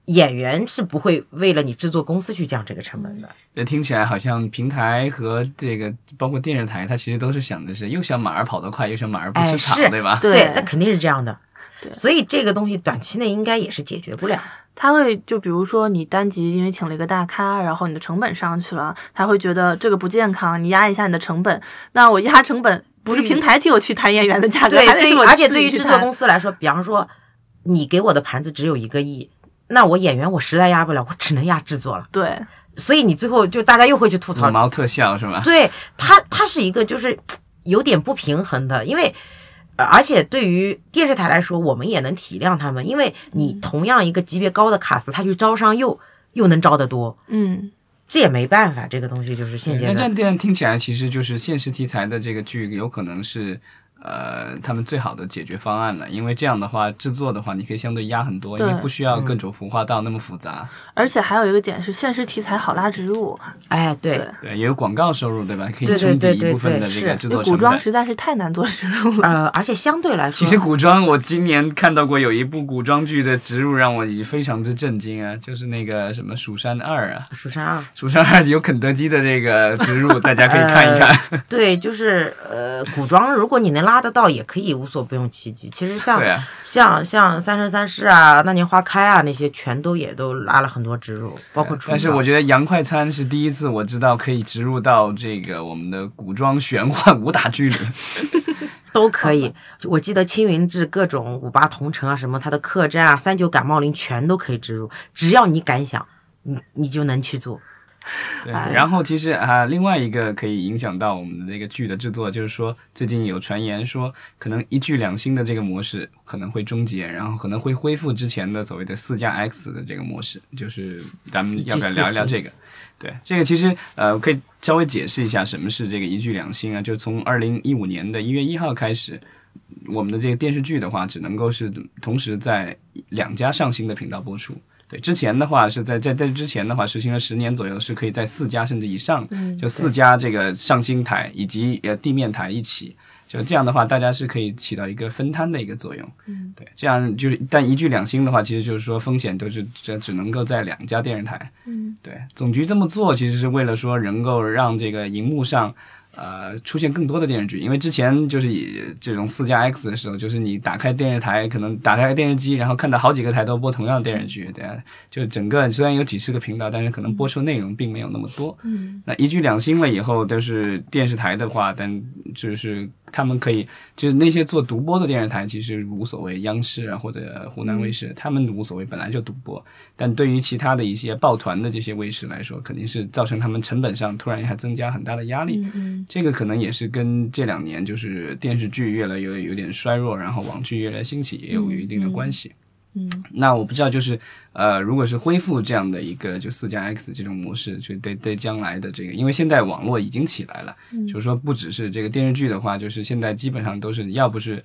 Speaker 3: 演员是不会为了你制作公司去降这个成本的。
Speaker 1: 那听起来好像平台和这个包括电视台，它其实都是想的是又想马儿跑得快，又想马儿不吃
Speaker 3: 哎
Speaker 1: 草，
Speaker 3: 是
Speaker 1: 对吧？
Speaker 2: 对
Speaker 3: 那肯定是这样的。
Speaker 2: 对啊
Speaker 3: 所以这个东西短期内应该也是解决不了。
Speaker 2: 他会就比如说你单集因为请了一个大咖，然后你的成本上去了，他会觉得这个不健康，你压一下你的成本。那我压成本不是
Speaker 3: 对
Speaker 2: 平台替我去谈演员的价格，
Speaker 3: 对，
Speaker 2: 还得
Speaker 3: 对
Speaker 2: 是
Speaker 3: 于
Speaker 2: 我
Speaker 3: 而且
Speaker 2: 自己
Speaker 3: 对于
Speaker 2: 去
Speaker 3: 制作
Speaker 2: 谈
Speaker 3: 公。司来说，比方说你给我的盘子只有一个亿，那我演员我实在压不了，我只能压制作了。
Speaker 2: 对，
Speaker 3: 所以你最后就大家又会去吐槽
Speaker 1: 五毛特效是 吧？
Speaker 3: 对它，它是一个就是有点不平衡的，因为。呃而且对于电视台来说，我们也能体谅他们，因为你
Speaker 1: 嗯
Speaker 3: 同样一个级别高的卡司，他去招商又又能招得多，
Speaker 2: 嗯，
Speaker 3: 这也没办法，这个东西就是现阶
Speaker 1: 哎那这
Speaker 3: 段。
Speaker 1: 样这样听起来，其实就是现实题材的这个剧有可能是。呃，他们最好的解决方案了，因为这样的话，制作的话，你可以相对压很多，因
Speaker 2: 对
Speaker 1: 为不需要
Speaker 3: 嗯
Speaker 1: 各种服化道那么复杂，
Speaker 2: 而且还有一个点是，现实题材好拉植入，
Speaker 3: 哎，对
Speaker 2: 对，
Speaker 1: 对，也有广告收入，对吧？可以
Speaker 3: 对对
Speaker 1: 冲抵
Speaker 3: 对
Speaker 1: 一
Speaker 3: 对
Speaker 1: 部分
Speaker 3: 对
Speaker 1: 的这
Speaker 3: 是
Speaker 1: 个制
Speaker 2: 就
Speaker 1: 作成
Speaker 2: 古
Speaker 1: 本。
Speaker 2: 装实在是太难做植 入了。
Speaker 3: 呃，而且相对来说，
Speaker 1: 其实古装，我今年看到过有一部古装剧的植入让我已非常之震惊啊，就是那个什么《蜀山二》啊，
Speaker 3: 蜀山啊，
Speaker 1: 《蜀山二》 有肯德基的这个植入，大家可以看一看。
Speaker 3: 对，就是呃，古装如果你能拉得到，也可以无所不用其极。其实像
Speaker 1: 对啊，
Speaker 3: 像像《三生三世》啊，《那年花开》啊，那些全都也都拉了很多植入，包括春
Speaker 1: 啊但是
Speaker 3: 晚啊
Speaker 1: 我觉得洋快餐是第一次我知道可以植入到这个我们的古装玄幻武打剧里。
Speaker 3: 都可以。 我记得青云志各种五八同城啊，什么他的客栈啊，三九感冒灵全都可以植入，只要你敢想，你你就能去做。
Speaker 1: 对，
Speaker 2: 哎
Speaker 1: 然后其实啊，另外一个可以影响到我们的这个剧的制作，就是说最近有传言说，可能一剧两星的这个模式可能会终结，然后可能会恢复之前的所谓的四加 X 的这个模式，就是咱们要不要聊一聊这个？对，这个其实呃，可以稍微解释一下什么是这个一剧两星啊？就从二零一五年的一月一号开始，我们的这个电视剧的话，只能够是同时在两家上新的频道播出。对，之前的话是在在在之前的话，实行了十年左右，是可以在四家甚至以上，就四家这个上新台以及呃地面台一起就这样的话，大家是可以起到一个分摊的一个作用。嗯，对，这样就是，但一剧两星的话，其实就是说风险都是这只能够在两家电视台。嗯，对，总局这么做其实是为了说能够让这个荧幕上。呃，出现更多的电视剧，因为之前就是以这种四加 X 的时候，就是你打开电视台，可能打开电视机，然后看到好几个台都播同样的电视剧，对、啊，就整个虽然有几十个频道，但是可能播出内容并没有那么多。嗯，那一剧两星了以后，都是电视台的话，但就是他们可以，就是那些做独播的电视台其实无所谓，央视啊或者湖南卫视，
Speaker 2: 嗯
Speaker 1: 他们无所谓，本来就独播。但对于其他的一些抱团的这些卫视来说，肯定是造成他们成本上突然一下增加很大的压
Speaker 2: 嗯
Speaker 1: 力。这个可能也是跟这两年就是电视剧越来越有点衰弱，然后网剧越来越兴起也有一定的关系。
Speaker 2: 嗯嗯
Speaker 1: 那我不知道就是呃，如果是恢复这样的一个就四加 X 这种模式，就对对将来的这个，因为现在网络已经起来了，就是说不只是这个电视剧的话，就是现在基本上都是要不是。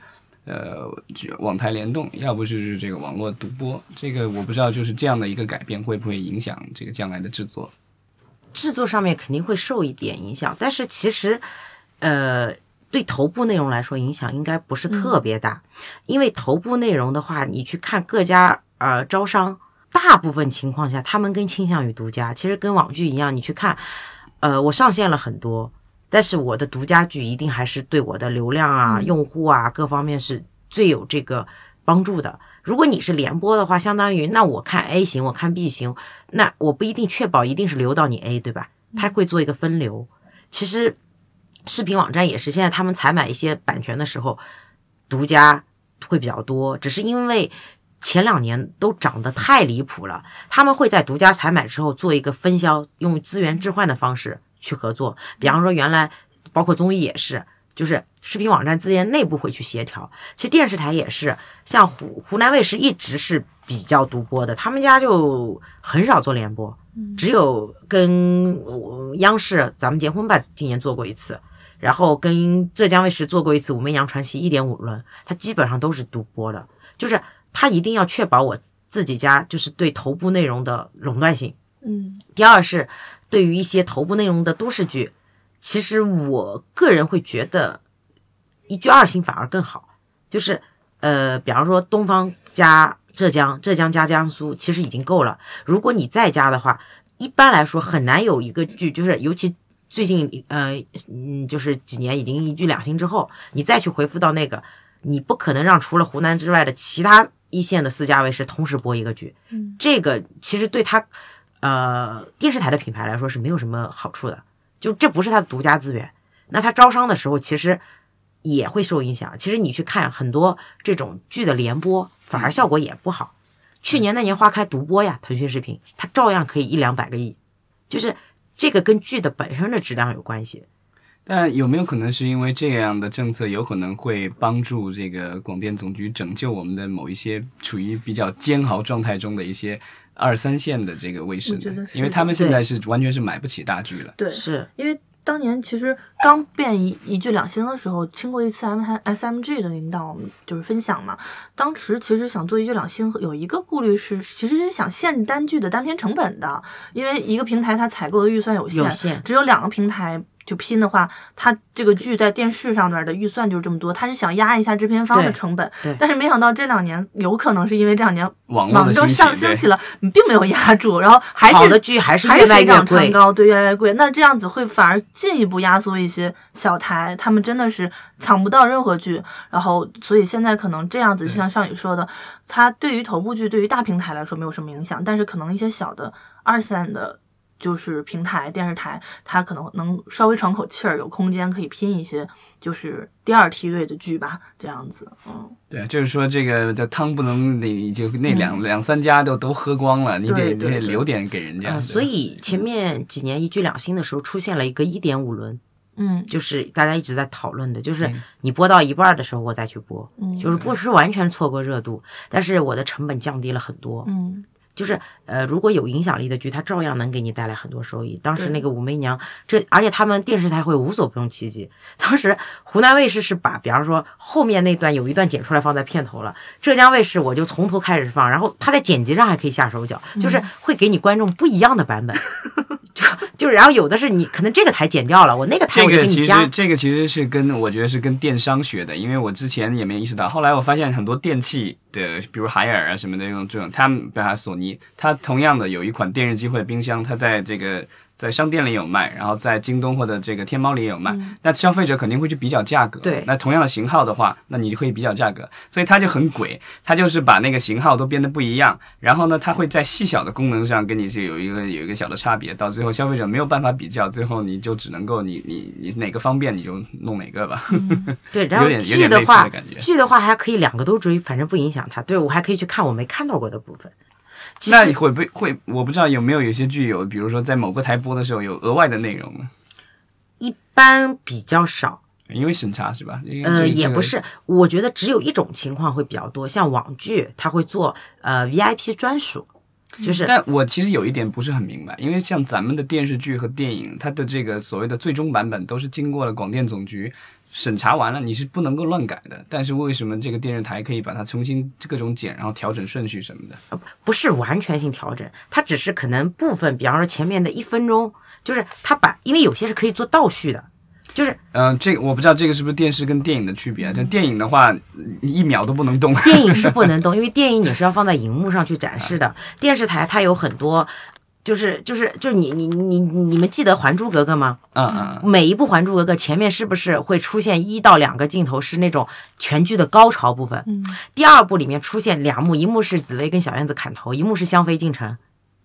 Speaker 1: 呃，就网台联动，要不就是这个网络独播，这个我不知道，就是这样的一个改变会不会影响这个将来的制作？
Speaker 3: 制作上面肯定会受一点影响，但是其实，呃，对头部内容来说影响应该不是特别大，因为头部内容的话，你去看各家呃招商，大部分情况下他们更倾向于独家，其实跟网剧一样，你去看，呃，我上线了很多，但是我的独家剧一定还是对我的流量啊、用户啊各方面是最有这个帮助的。如果你是联播的话，相当于那我看 A 型，我看 B 型，那我不一定确保一定是流到你 A，对吧？它会做一个分流。其实视频网站也是，现在他们采买一些版权的时候，独家会比较多，只是因为前两年都涨得太离谱了，他们会在独家采买之后做一个分销，用资源置换的方式去合作。比方说，原来包括综艺也是，就是视频网站资源内部会去协调。其实电视台也是，像湖湖南卫视一直是比较独播的，他们家就很少做联播，只有跟呃央视咱们结婚吧今年做过一次，然后跟浙江卫视做过一次《武媚娘传奇》一点五轮，它基本上都是独播的，就是它一定要确保我自己家就是对头部内容的垄断性。
Speaker 2: 嗯
Speaker 3: 第二是对于一些头部内容的都市剧，其实我个人会觉得一剧二星反而更好，就是呃，比方说东方加浙江，浙江加江苏，其实已经够了。如果你再加的话，一般来说很难有一个剧，就是尤其。最近，呃，嗯，就是几年已经一剧两星之后，你再去回复到那个，你不可能让除了湖南之外的其他一线的四家卫视同时播一个剧，
Speaker 1: 嗯
Speaker 3: 这个其实对它呃电视台的品牌来说是没有什么好处的，就这不是它的独家资源。那它招商的时候其实也会受影响。其实你去看很多这种剧的联播，反而效果也不好。去年那年花开独播呀，腾讯视频它照样可以一两百个亿，就是这个跟剧的本身的质量有关系。
Speaker 1: 但有没有可能是因为这样的政策有可能会帮助这个广电总局拯救我们的某一些处于比较煎熬状态中的一些二三线的这个卫视
Speaker 2: 我觉
Speaker 1: 呢
Speaker 2: 得？是
Speaker 1: 因为他们现在是完全是买不起大剧了。
Speaker 2: 对，
Speaker 3: 是，
Speaker 2: 因为当年其实刚变一一剧两星的时候，听过一次 M S M G 的领导就是分享嘛。当时其实想做一剧两星，有一个顾虑是，其实是想限制单剧的单片成本的，因为一个平台它采购的预算有限，
Speaker 3: 有限
Speaker 2: 只有两个平台。就拼的话，它这个剧在电视上面的预算就是这么多，它是想压一下制片方的
Speaker 3: 对
Speaker 2: 成本
Speaker 3: 对，
Speaker 2: 但是没想到这两年有可能是因为这两年
Speaker 1: 网络
Speaker 2: 网
Speaker 1: 的
Speaker 2: 络
Speaker 1: 兴
Speaker 2: 上
Speaker 1: 起，
Speaker 2: 兴
Speaker 1: 对
Speaker 2: 起了，你并没有压住，然后还
Speaker 3: 好
Speaker 2: 是
Speaker 3: 的剧还是
Speaker 2: 还
Speaker 3: 越
Speaker 2: 是
Speaker 3: 卖
Speaker 2: 水
Speaker 3: 越
Speaker 2: 涨船
Speaker 3: 贵。
Speaker 2: 高，对，越来越贵。那这样子会反而进一步压缩一些小台，他们真的是抢不到任何剧。然后，所以现在可能这样子，就像上宇说的，它对于头部剧对于大平台来说没有什么影响，但是可能一些小的二线的。就是平台电视台，它可能能稍微喘口气儿，有空间可以拼一些，就是第二梯队的剧吧，这样子，嗯，
Speaker 1: 对，就是说这个这汤不能你就那两、两三家都都喝光了，你得
Speaker 2: 对
Speaker 1: 你
Speaker 2: 对
Speaker 1: 得
Speaker 2: 对
Speaker 1: 留点给人家。
Speaker 3: 呃，
Speaker 1: 对
Speaker 3: 所以前面几年一剧两星的时候，出现了一个一点五轮，
Speaker 2: 嗯，
Speaker 3: 就是大家一直在讨论的，就是
Speaker 1: 嗯
Speaker 3: 你播到一半的时候我再去播，
Speaker 2: 嗯
Speaker 3: 就是不是完全错过热度，但是我的成本降低了很多。
Speaker 2: 嗯，
Speaker 3: 就是呃，如果有影响力的剧，它照样能给你带来很多收益。当时
Speaker 2: 对
Speaker 3: 那个《武媚娘》，这而且他们电视台会无所不用其极。当时湖南卫视是把，比方说后面那段有一段剪出来放在片头了，浙江卫视我就从头开始
Speaker 1: 嗯
Speaker 3: 放，然后它在剪辑上还可以下手脚，就是会给你观众不一样的版本。就就是然后有的是你可能这个台剪掉了，我那个台
Speaker 1: 这
Speaker 3: 我就
Speaker 1: 个
Speaker 3: 给
Speaker 1: 其
Speaker 3: 你
Speaker 1: 实
Speaker 3: 加。
Speaker 1: 这个其实是跟我觉得是跟电商学的，因为我之前也没意识到，后来我发现很多电器的，比如海尔啊什么的这种这种，他们比如索尼，它同样的有一款电视机或者冰箱，它在这个在商店里有卖，然后在京东或者这个天猫里也有卖，那消费者肯定会去比较价格。
Speaker 3: 嗯对
Speaker 1: 那同样的型号的话，那你就可以比较价格，所以它就很鬼，它就是把那个型号都变得不一样，然后呢，它会在细小的功能上跟你是有一个有一个小的差别，到最后消费者没有办法比较，最后你就只能够你你你哪个方便你就弄哪个吧。
Speaker 3: 对，然后
Speaker 1: 有点有
Speaker 3: 剧
Speaker 1: 点类
Speaker 3: 的
Speaker 1: 似的
Speaker 3: 话
Speaker 1: 感觉，
Speaker 3: 剧的话还可以两个都追，反正不影响它。对我还可以去看我没看到过的部分。其
Speaker 1: 那
Speaker 3: 实
Speaker 1: 你会不会？我不知道有没有有些剧有，比如说在某个台播的时候有额外的内容呢？
Speaker 3: 一般比较少，
Speaker 1: 因为审查是吧？因为这
Speaker 3: 呃，
Speaker 1: 个
Speaker 3: 也
Speaker 1: 这个
Speaker 3: 不是，我觉得只有一种情况会比较多，像网剧，它会做呃 VIP 专属，就是
Speaker 1: 但我其实有一点不是很明白，因为像咱们的电视剧和电影，它的这个所谓的最终版本都是经过了广电总局审查完了，你是不能够乱改的。但是为什么这个电视台可以把它重新各种剪，然后调整顺序什么的？
Speaker 3: 不是完全性调整，它只是可能部分，比方说前面的一分钟，就是它把，因为有些是可以做倒叙的，就是
Speaker 1: 嗯、这个我不知道这个是不是电视跟电影的区别啊？这电影的话，你一秒都不能动。
Speaker 3: 电影是不能动，因为电影你是要放在荧幕上去展示的。电视台它有很多，就是就是就是你你你你们记得《还珠格格》吗？
Speaker 1: 嗯嗯
Speaker 3: 每一部《还珠格格》前面是不是会出现一到两个镜头是那种全剧的高潮部分？
Speaker 2: 嗯
Speaker 3: 第二部里面出现两幕，一幕是紫薇跟小燕子砍头，一幕是香妃进城。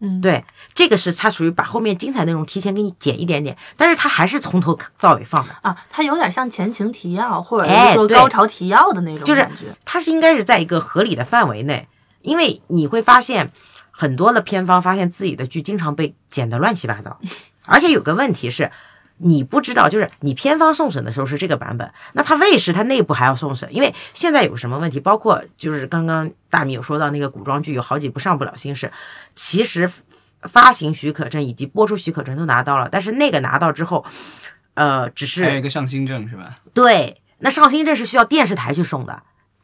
Speaker 2: 嗯，
Speaker 3: 对，这个是它属于把后面精彩内容提前给你剪一点点，但是它还是从头到尾放的。
Speaker 2: 啊，它有点像前情提要，或者
Speaker 3: 哎
Speaker 2: 是说
Speaker 3: 对
Speaker 2: 高潮提要的那种
Speaker 3: 就是
Speaker 2: 感觉。
Speaker 3: 它是应该是在一个合理的范围内，因为你会发现很多的片方发现自己的剧经常被剪得乱七八糟，而且有个问题是。你不知道，就是你片方送审的时候是这个版本，那它卫视它内部还要送审，因为现在有什么问题，包括就是刚刚大米有说到那个古装剧有好几部上不了新视，其实发行许可证以及播出许可证都拿到了，但是那个拿到之后，呃，只是
Speaker 1: 还有一个上新证是吧？
Speaker 3: 对，那上新证是需要电视台去送的，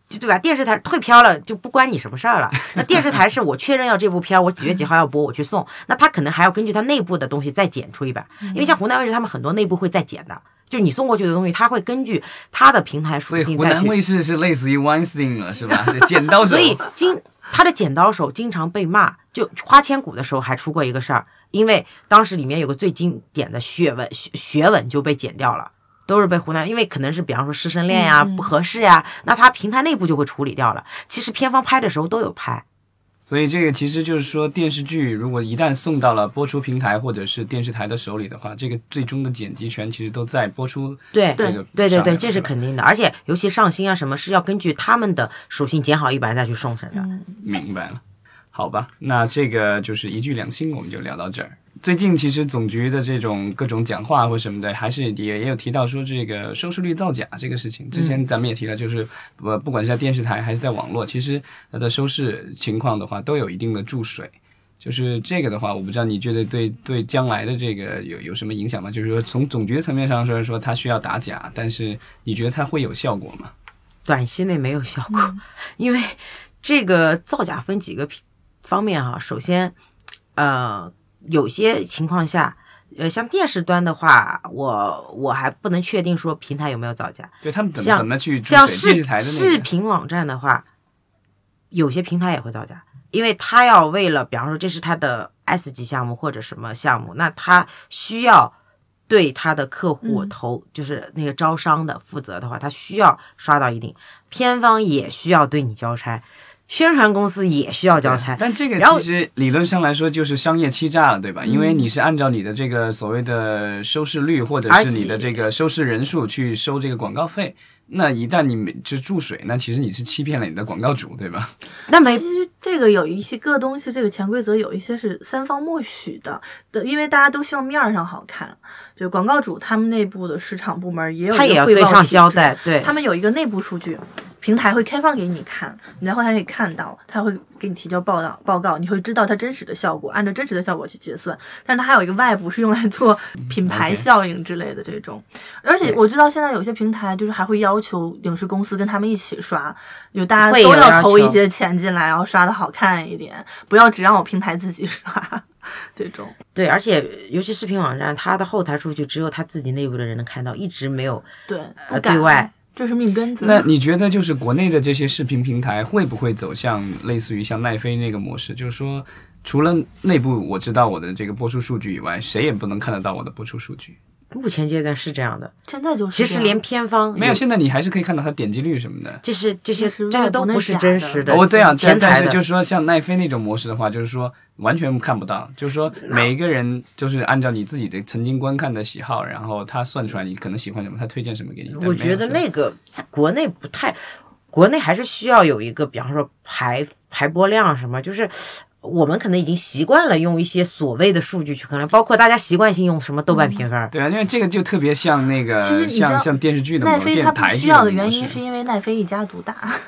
Speaker 3: 就对吧？电视台退片了就不关你什么事儿了。那电视台是我确认要这部片儿，我几月几号要播，我去送。那他可能还要根据他内部的东西再剪出一版，因为像湖南卫视他们很多内部会再剪的，就你送过去的东西，他会根据他的平台
Speaker 1: 所
Speaker 3: 属
Speaker 1: 以
Speaker 3: 性
Speaker 1: 湖
Speaker 3: 再
Speaker 1: 南
Speaker 3: 去。
Speaker 1: 卫视是类似于 Weinstein 了是吧？这剪刀手
Speaker 3: 所。以经他的剪刀手经常被骂，就花千骨的时候还出过一个事儿，因为当时里面有个最经典的血吻，血血吻就被剪掉了。都是被湖南，因为可能是比方说师生恋呀、
Speaker 2: 嗯嗯
Speaker 3: 不合适呀、那他平台内部就会处理掉了。其实片方拍的时候都有拍，
Speaker 1: 所以这个其实就是说，电视剧如果一旦送到了播出平台或者是电视台的手里的话，这个最终的剪辑权其实都在播出
Speaker 3: 对
Speaker 1: 这个
Speaker 3: 对对
Speaker 1: 上面
Speaker 3: 对，
Speaker 1: 了
Speaker 3: 这是
Speaker 1: 吧
Speaker 3: 肯定的。而且尤其上新啊什么，是要根据他们的属性剪好一版再去送审的。
Speaker 1: 明白了，好吧，那这个就是一句两清，我们就聊到这儿。最近其实总局的这种各种讲话或什么的，还是也也有提到说这个收视率造假这个事
Speaker 3: 嗯
Speaker 1: 情。之前咱们也提到，就是呃，不管是在电视台还是在网络，其实它的收视情况的话，都有一定的注水。就是这个的话，我不知道你觉得对对将来的这个有有什么影响吗？就是说从总局层面上说说它需要打假，但是你觉得它会有效果吗？
Speaker 3: 短期内没有效果， 因为这个造假分几个批方面哈、首先，呃，有些情况下，呃，像电视端的话，我我还不能确定说平台有没有造假。
Speaker 1: 对他们怎么
Speaker 3: 像
Speaker 1: 怎么去注
Speaker 3: 像
Speaker 1: 水电
Speaker 3: 视
Speaker 1: 视台的那个
Speaker 3: 视频网站的话，有些平台也会造假，因为他要为了，比方说这是他的 S 级项目或者什么项目，那他需要对他的客户
Speaker 2: 嗯
Speaker 3: 投，就是那个招商的负责的话，他需要刷到一定，片方也需要对你交差，宣传公司也需要交差，
Speaker 1: 但这个
Speaker 3: 然后嗯
Speaker 1: 其实理论上来说就是商业欺诈了，对吧？因为你是按照你的这个所谓的收视率或者
Speaker 3: 而
Speaker 1: 是你
Speaker 3: 且
Speaker 1: 的这个收视人数去收这个广告费，那一旦你没就注水，那其实你是欺骗了你的广告主，对吧？
Speaker 3: 那没
Speaker 2: 其实这个有一些个东西，这个潜规则有一些是三方默许的，对，因为大家都希望面儿上好看。对，广告主他们内部的市场部门也有一
Speaker 3: 他
Speaker 2: 个
Speaker 3: 也要
Speaker 2: 汇
Speaker 3: 对
Speaker 2: 报
Speaker 3: 上
Speaker 2: 体
Speaker 3: 交
Speaker 2: 制
Speaker 3: 代，对
Speaker 2: 他。们有一个内部数据，平台会开放给你看，你在后台可以看到，他会给你提交报道报告，你会知道它真实的效果，按照真实的效果去结算。但是它还有一个外部是用来做品牌
Speaker 1: OK
Speaker 2: 效应之类的这种，而且我知道现在有些平台就是还会要求影视公司跟他们一起刷，就大家
Speaker 3: 会有
Speaker 2: 都
Speaker 3: 要
Speaker 2: 要投
Speaker 3: 求
Speaker 2: 一些钱进来，然后刷的好看一点，不要只让我平台自己刷。这种。
Speaker 3: 对，而且尤其视频网站，它的后台数据只有它自己内部的人能看到，一直没有
Speaker 2: 对，
Speaker 3: 呃
Speaker 2: 不敢
Speaker 3: 对外，
Speaker 2: 这是命根子。
Speaker 1: 那你觉得就是国内的这些视频平台会不会走向类似于像奈飞那个模式？就是说，除了内部我知道我的这个播出数据以外，谁也不能看得到我的播出数据。
Speaker 3: 目前阶段是这样的。
Speaker 2: 现在就是
Speaker 3: 其实
Speaker 2: 这样
Speaker 3: 连片方
Speaker 1: 没有，现在你还是可以看到它点击率什么的。
Speaker 3: 这是这些
Speaker 2: 那是
Speaker 3: 这个都
Speaker 2: 外国
Speaker 3: 不
Speaker 2: 那
Speaker 3: 是
Speaker 2: 假
Speaker 3: 真
Speaker 2: 的
Speaker 3: 实的，
Speaker 1: 哦，我这样，
Speaker 3: 前
Speaker 1: 但但
Speaker 3: 台
Speaker 1: 是
Speaker 3: 的
Speaker 1: 就是说，像奈飞那种模式的话，就是说完全看不到，就是说每一个人就是按照你自己的曾经观看的喜好，然后他算出来你可能喜欢什么，他推荐什么给你。但
Speaker 3: 我
Speaker 1: 没有
Speaker 3: 觉得
Speaker 1: 说
Speaker 3: 那个在国内不太，国内还是需要有一个，比方说排排播量什么，就是我们可能已经习惯了用一些所谓的数据去衡量，包括大家习惯性用什么豆瓣评分儿。
Speaker 1: 对啊，因为这个就特别像那
Speaker 2: 其
Speaker 1: 个
Speaker 2: 实你知道
Speaker 1: 像像电视剧的
Speaker 2: 奈
Speaker 1: 模式，
Speaker 2: 飞它
Speaker 1: 电
Speaker 2: 不
Speaker 1: 台
Speaker 2: 需
Speaker 1: 剧
Speaker 2: 要
Speaker 1: 模
Speaker 2: 的原
Speaker 1: 式
Speaker 2: 因是因为奈飞一家独大，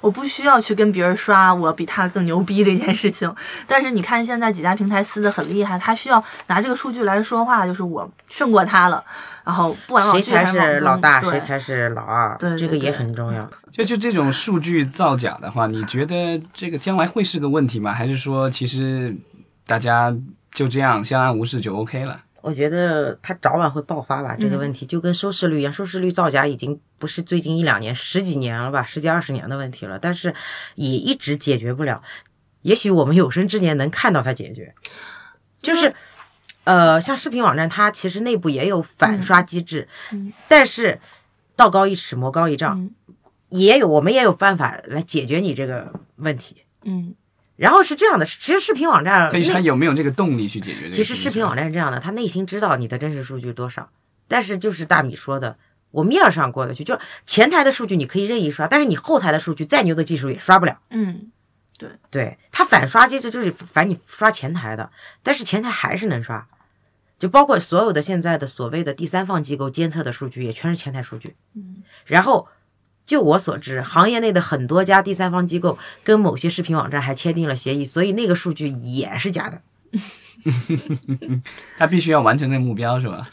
Speaker 2: 我不需要去跟别人刷我比他更牛逼这件事情。但是你看现在几家平台撕的很厉害，他需要拿这个数据来说话，就是我胜过他了，然后不管网
Speaker 3: 谁
Speaker 2: 剧
Speaker 3: 才
Speaker 2: 还网
Speaker 3: 是老
Speaker 2: 综
Speaker 3: 大，
Speaker 2: 对嗯
Speaker 3: 谁才是老二？
Speaker 2: 对对
Speaker 3: 这个也
Speaker 2: 对
Speaker 3: 很重要。
Speaker 1: 就就这种数据造假的话，你觉得这个将来会是个问题吗？还是说其实大家就这样相安无事就 OK 了？
Speaker 3: 我觉得它早晚会爆发吧，
Speaker 2: 嗯
Speaker 3: 这个问题就跟收视率一样，收视率造假已经不是最近一两年、十几年了吧，十几二十年的问题了，但是也一直解决不了。也许我们有生之年能看到它解决，就是。呃，像视频网站，它其实内部也有反刷机制，
Speaker 2: 嗯
Speaker 3: 但是道高一尺，魔高一丈，
Speaker 2: 嗯
Speaker 3: 也有我们也有办法来解决你这个问题。
Speaker 2: 嗯
Speaker 3: 然后是这样的，其实视频网
Speaker 2: 呃
Speaker 3: 站
Speaker 1: 所以他
Speaker 3: 内
Speaker 1: 有没有这个动力去解决这个？
Speaker 3: 其实视频网，站是这样的，他内心知道你的真实数据多少，但是就是大米说的，我面儿上过得去，就前台的数据你可以任意刷，但是你后台的数据再牛的技术也刷不了。
Speaker 2: 嗯，
Speaker 3: 对，它反刷机制就是反你刷前台的，但是前台还是能刷，就包括所有的现在的所谓的第三方机构监测的数据也全是前台数据。
Speaker 2: 嗯，
Speaker 3: 然后。就我所知，行业内的很多家第三方机构跟某些视频网站还签订了协议，所以那个数据也是假的。
Speaker 1: 他必须要完成这个目标是吧？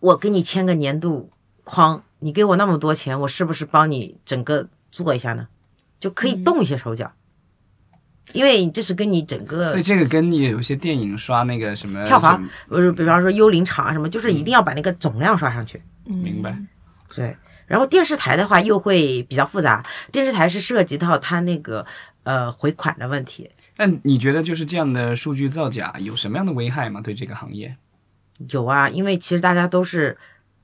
Speaker 3: 我给你签个年度框，你给我那么多钱，我是不是帮你整个做一下呢？就可以动一些手脚，因为这是跟你整个
Speaker 1: 所以这个跟你有些电影刷那个什么
Speaker 3: 呃票房
Speaker 1: 什么，
Speaker 3: 呃，比方说《幽灵场》啊什么，就是一定
Speaker 1: 嗯
Speaker 3: 要把那个总量刷上去。
Speaker 2: 嗯
Speaker 1: 明白。
Speaker 3: 对，然后电视台的话又会比较复杂，电视台是涉及到它那个呃回款的问题，
Speaker 1: 但你觉得就是这样的数据造假有什么样的危害吗？对这个行业？
Speaker 3: 有啊，因为其实大家都是，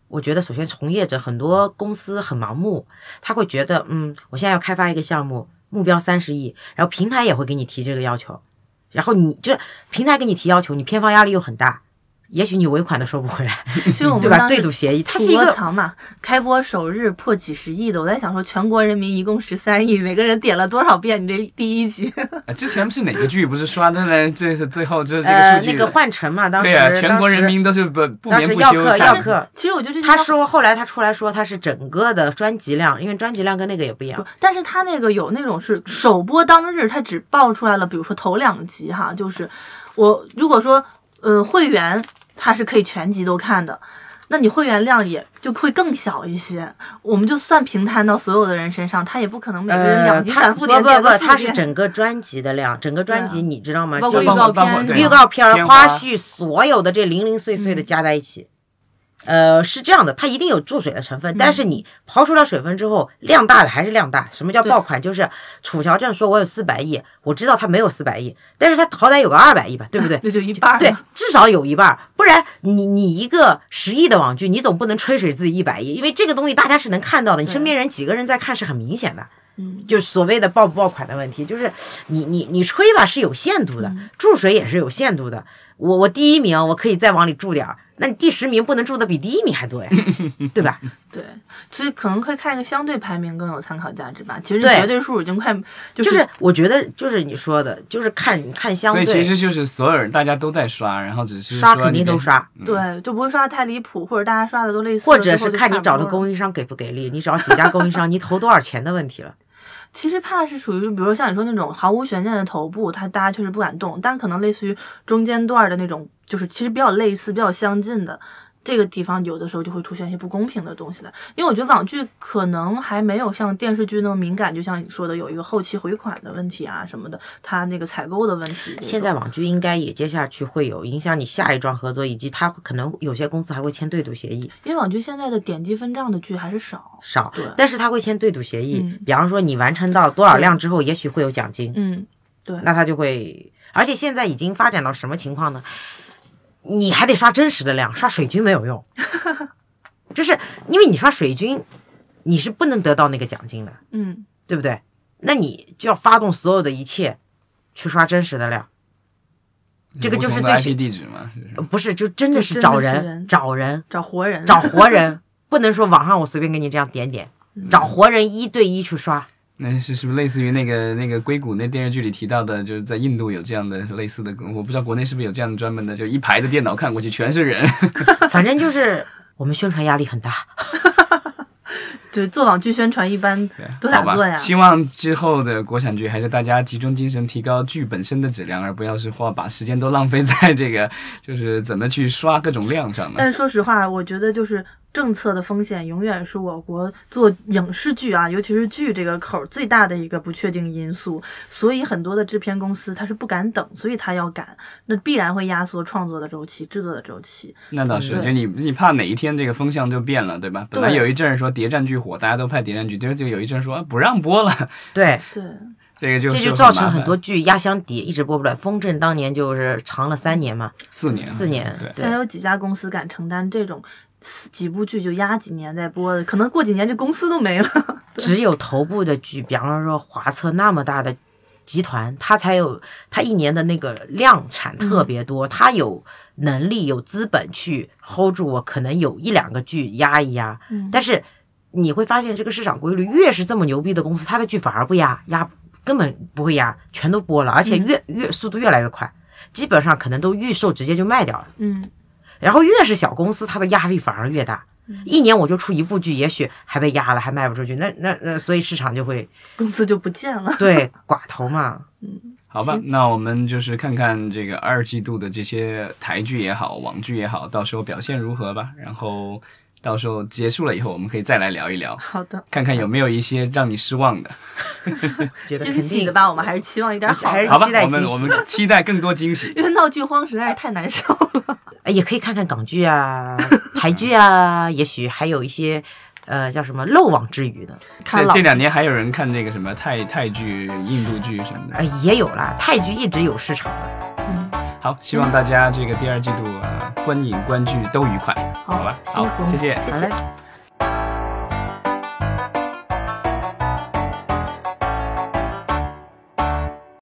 Speaker 3: 我觉得首先从业者很多公司很盲目，他会觉得，嗯，我现在要开发一个项目，目标三十亿，然后平台也会给你提这个要求，然后你这平台给你提要求，你片方压力又很大，也许你尾款都收不回来，
Speaker 2: 所以 我们
Speaker 3: 对
Speaker 2: 当
Speaker 3: 吧？
Speaker 2: 时
Speaker 3: 对赌协议，它是
Speaker 2: 土
Speaker 3: 一
Speaker 2: 窝
Speaker 3: 个
Speaker 2: 藏嘛，开播首日破几十亿的，我在想说全国人民一共十三亿，每个人点了多少遍你这第一集？
Speaker 1: 啊，之前不是哪个剧不是刷的呢？这是最后就是这个
Speaker 3: 呃
Speaker 1: 数
Speaker 3: 那
Speaker 1: 据。
Speaker 3: 个换乘嘛，当时
Speaker 1: 对啊，全国人
Speaker 3: 当时
Speaker 1: 民都是不不
Speaker 3: 当
Speaker 1: 眠
Speaker 3: 时
Speaker 1: 不
Speaker 3: 要
Speaker 1: 休
Speaker 3: 克要
Speaker 1: 看。
Speaker 3: 克。
Speaker 2: 其实我觉得这句
Speaker 3: 他
Speaker 2: 话
Speaker 3: 说后来他出来说他是整个的专辑量，因为专辑量跟那个也不一样
Speaker 2: 不，，但是他那个有那种是首播当日，他只爆出来了，比如说头两集哈，就是我如果说呃会员他是可以全集都看的，那你会员量也就会更小一些。我们就算平摊到所有的人身上，他也不可能每个人
Speaker 3: 呃，
Speaker 2: 两集
Speaker 3: 他
Speaker 2: 反
Speaker 3: 不
Speaker 2: 复
Speaker 3: 不
Speaker 2: 点点
Speaker 3: 不
Speaker 2: 个，
Speaker 3: 他
Speaker 2: 四
Speaker 3: 是
Speaker 2: 遍
Speaker 3: 整个专辑的量，整个专
Speaker 2: 对啊
Speaker 3: 辑你知道吗？
Speaker 2: 包
Speaker 3: 就
Speaker 2: 括
Speaker 3: 是
Speaker 2: 预
Speaker 1: 包括
Speaker 2: 告
Speaker 1: 包括
Speaker 2: 片
Speaker 1: 对
Speaker 3: 预告片儿、
Speaker 1: 片花
Speaker 3: 花絮，所有的这零零碎碎的加在一起。呃，是这样的，它一定有注水的成分，但是你刨除掉水分之后，量大的还是量大。什么叫
Speaker 2: 嗯对
Speaker 3: 爆款？就是楚乔正说我有四百亿，我知道他没有四百亿，但是他好歹有个二百亿吧，对不对？
Speaker 2: 对对一半儿
Speaker 3: 对
Speaker 2: 了，
Speaker 3: 至少有一半儿，不然你你一个十亿的网剧，你总不能吹水自己一百亿，因为这个东西大家是能看到的，你
Speaker 2: 对
Speaker 3: 身边人几个人在看是很明显的。
Speaker 2: 嗯，
Speaker 3: 就所谓的爆不爆款的问题，就是你你你吹吧是有限度的
Speaker 2: 嗯，
Speaker 3: 注水也是有限度的。我我第一名，我可以再往里注点儿，那你第十名不能注的比第一名 还多呀，对吧？
Speaker 2: 对，所以可能会看一个相对排名更有参考价值吧。其实
Speaker 3: 对
Speaker 2: 绝对数已经快就、
Speaker 3: 就是是我觉得就是你说的，就是看看相
Speaker 1: 所以其
Speaker 3: 对，
Speaker 1: 实就是所有人大家都在刷，然后只是
Speaker 3: 刷
Speaker 1: 说
Speaker 3: 肯
Speaker 1: 你
Speaker 3: 定
Speaker 1: 别
Speaker 3: 都刷，
Speaker 2: 对，就不会刷的太离谱，或者大家刷的都类似了，
Speaker 3: 或者
Speaker 2: 最后
Speaker 3: 是
Speaker 2: 就
Speaker 3: 看你
Speaker 2: 差不
Speaker 3: 找的
Speaker 2: 多了
Speaker 3: 供应商给不给力，你找几家供应商，你投多少钱的问题了。
Speaker 2: 其实怕是属于，比如说像你说那种毫无悬念的头部，它大家确实不敢动，但可能类似于中间段的那种，就是其实比较类似、比较相近的，这个地方有的时候就会出现一些不公平的东西的，因为我觉得网剧可能还没有像电视剧那么敏感，就像你说的有一个后期回款的问题啊什么的，它那个采购的问题。
Speaker 3: 现在网剧应该也接下去会有影响你下一桩合作，以及它可能有些公司还会签对赌协议，
Speaker 2: 因为网剧现在的点击分账的剧还是少，
Speaker 3: 少
Speaker 2: 对，
Speaker 3: 但是它会签对赌协议。
Speaker 2: 嗯
Speaker 3: 比方说你完成到多少量之后，也许会有奖金，
Speaker 2: 嗯，
Speaker 3: 那它就会，而且现在已经发展到什么情况呢？你还得刷真实的量，刷水军没有 用，就是因为你刷水军，你是不能得到那个奖金的。
Speaker 2: 嗯，
Speaker 3: 对不对？那你就要发动所有的一切去刷真实的量，
Speaker 2: 嗯
Speaker 3: 这个就是
Speaker 1: 不同
Speaker 3: 对
Speaker 1: 的
Speaker 3: 谁
Speaker 1: IP 地址嘛，是
Speaker 3: 呃不是就真的
Speaker 2: 就是真
Speaker 3: 找
Speaker 2: 的是
Speaker 3: 人
Speaker 2: 人
Speaker 3: 找人
Speaker 2: 找活人，
Speaker 3: 找活人，不能说网上我随便给你这样点点，找活人一对一去刷。
Speaker 1: 那是是不是类似于那个那个硅谷那电视剧里提到的，就是在印度有这样的类似的，我不知道国内是不是有这样的专门的，就一排的电脑看过去全是人，
Speaker 3: 反正就是我们宣传压力很大，
Speaker 2: 就是做网剧宣传一 般都
Speaker 1: 好
Speaker 2: 咋做
Speaker 1: 吧？
Speaker 2: 呀？
Speaker 1: 希望之后的国产剧还是大家集中精神提高剧本身的质量，而不要是花把时间都浪费在这个就是怎么去刷各种量上
Speaker 3: 嗯
Speaker 1: 呢？
Speaker 2: 但是说实话，我觉得就是政策的风险永远是我国做影视剧啊，尤其是剧这个口儿最大的一个不确定因素。所以很多的制片公司它是不敢等，所以它要赶，那必然会压缩创作的周期、制作的周期。
Speaker 1: 那倒是，
Speaker 2: 对
Speaker 1: 就你你怕哪一天这个风向就变了，对吧？本来
Speaker 2: 对
Speaker 1: 有一阵儿说谍战剧火，大家都拍谍战剧，结果就有一阵儿说啊不让播了，
Speaker 3: 对，
Speaker 2: 对，
Speaker 1: 这个就
Speaker 3: 这
Speaker 1: 是
Speaker 3: 就造成
Speaker 1: 麻烦
Speaker 3: 很多剧压箱底，一直播不了。风筝当年就是长了三年嘛，
Speaker 1: 四嗯年
Speaker 3: 四年
Speaker 1: 对。
Speaker 2: 现在有几家公司敢承担这种几部剧就压几年再播的？可能过几年这公司都没了。
Speaker 3: 只有头部的剧，比方说华策那么大的集团，它才有它一年的那个量产特别多，它有能力、有资本去 hold 住我，可能有一两个剧压一压。
Speaker 2: 嗯
Speaker 3: 但是你会发现这个市场规律，越是这么牛逼的公司，它的剧反而不压，压根本不会压，全都播了，而且越越速度越来越快，基本上可能都预售直接就卖掉了。
Speaker 2: 嗯，
Speaker 3: 然后越是小公司，它的压力反而越大
Speaker 2: 嗯。
Speaker 3: 一年我就出一部剧，也许还被压了，还卖不出去，那那那，所以市场 就会
Speaker 2: 公司就不见了。
Speaker 3: 对寡 头嘛。
Speaker 1: 好吧，那我们就是看看这个二季度的这些台剧也好，网剧也好，到时候表现如何吧。然后到时候结束了以后，我们可以再来聊一聊，
Speaker 2: 好的，
Speaker 1: 看看有没有一些让你失望的。
Speaker 3: 觉得
Speaker 2: 惊
Speaker 3: 肯
Speaker 2: 喜
Speaker 3: 定
Speaker 2: 的吧，我们还是期望一点好
Speaker 3: 还是
Speaker 2: 的。
Speaker 1: 好吧
Speaker 3: 期，待
Speaker 1: 我们
Speaker 3: 惊喜
Speaker 1: 我们期待更多惊 喜。
Speaker 2: 因为闹剧荒实在是太难受了。
Speaker 3: 哎也可以看看港 剧啊、台剧啊，也许还有一些呃叫什么漏网之鱼的，
Speaker 2: 看
Speaker 1: 这
Speaker 2: 老
Speaker 1: 这两年还有人看这个什么泰泰剧、印度剧什么的。
Speaker 3: 哎也有啦。泰剧一直有市场的，
Speaker 2: 嗯，
Speaker 1: 好，希望大家这个第二季度呃观影观剧都愉快，好吧？
Speaker 2: 好
Speaker 1: 好
Speaker 2: 幸，福
Speaker 1: 谢谢。
Speaker 2: 谢
Speaker 3: 好
Speaker 2: 谢
Speaker 3: 嘞。。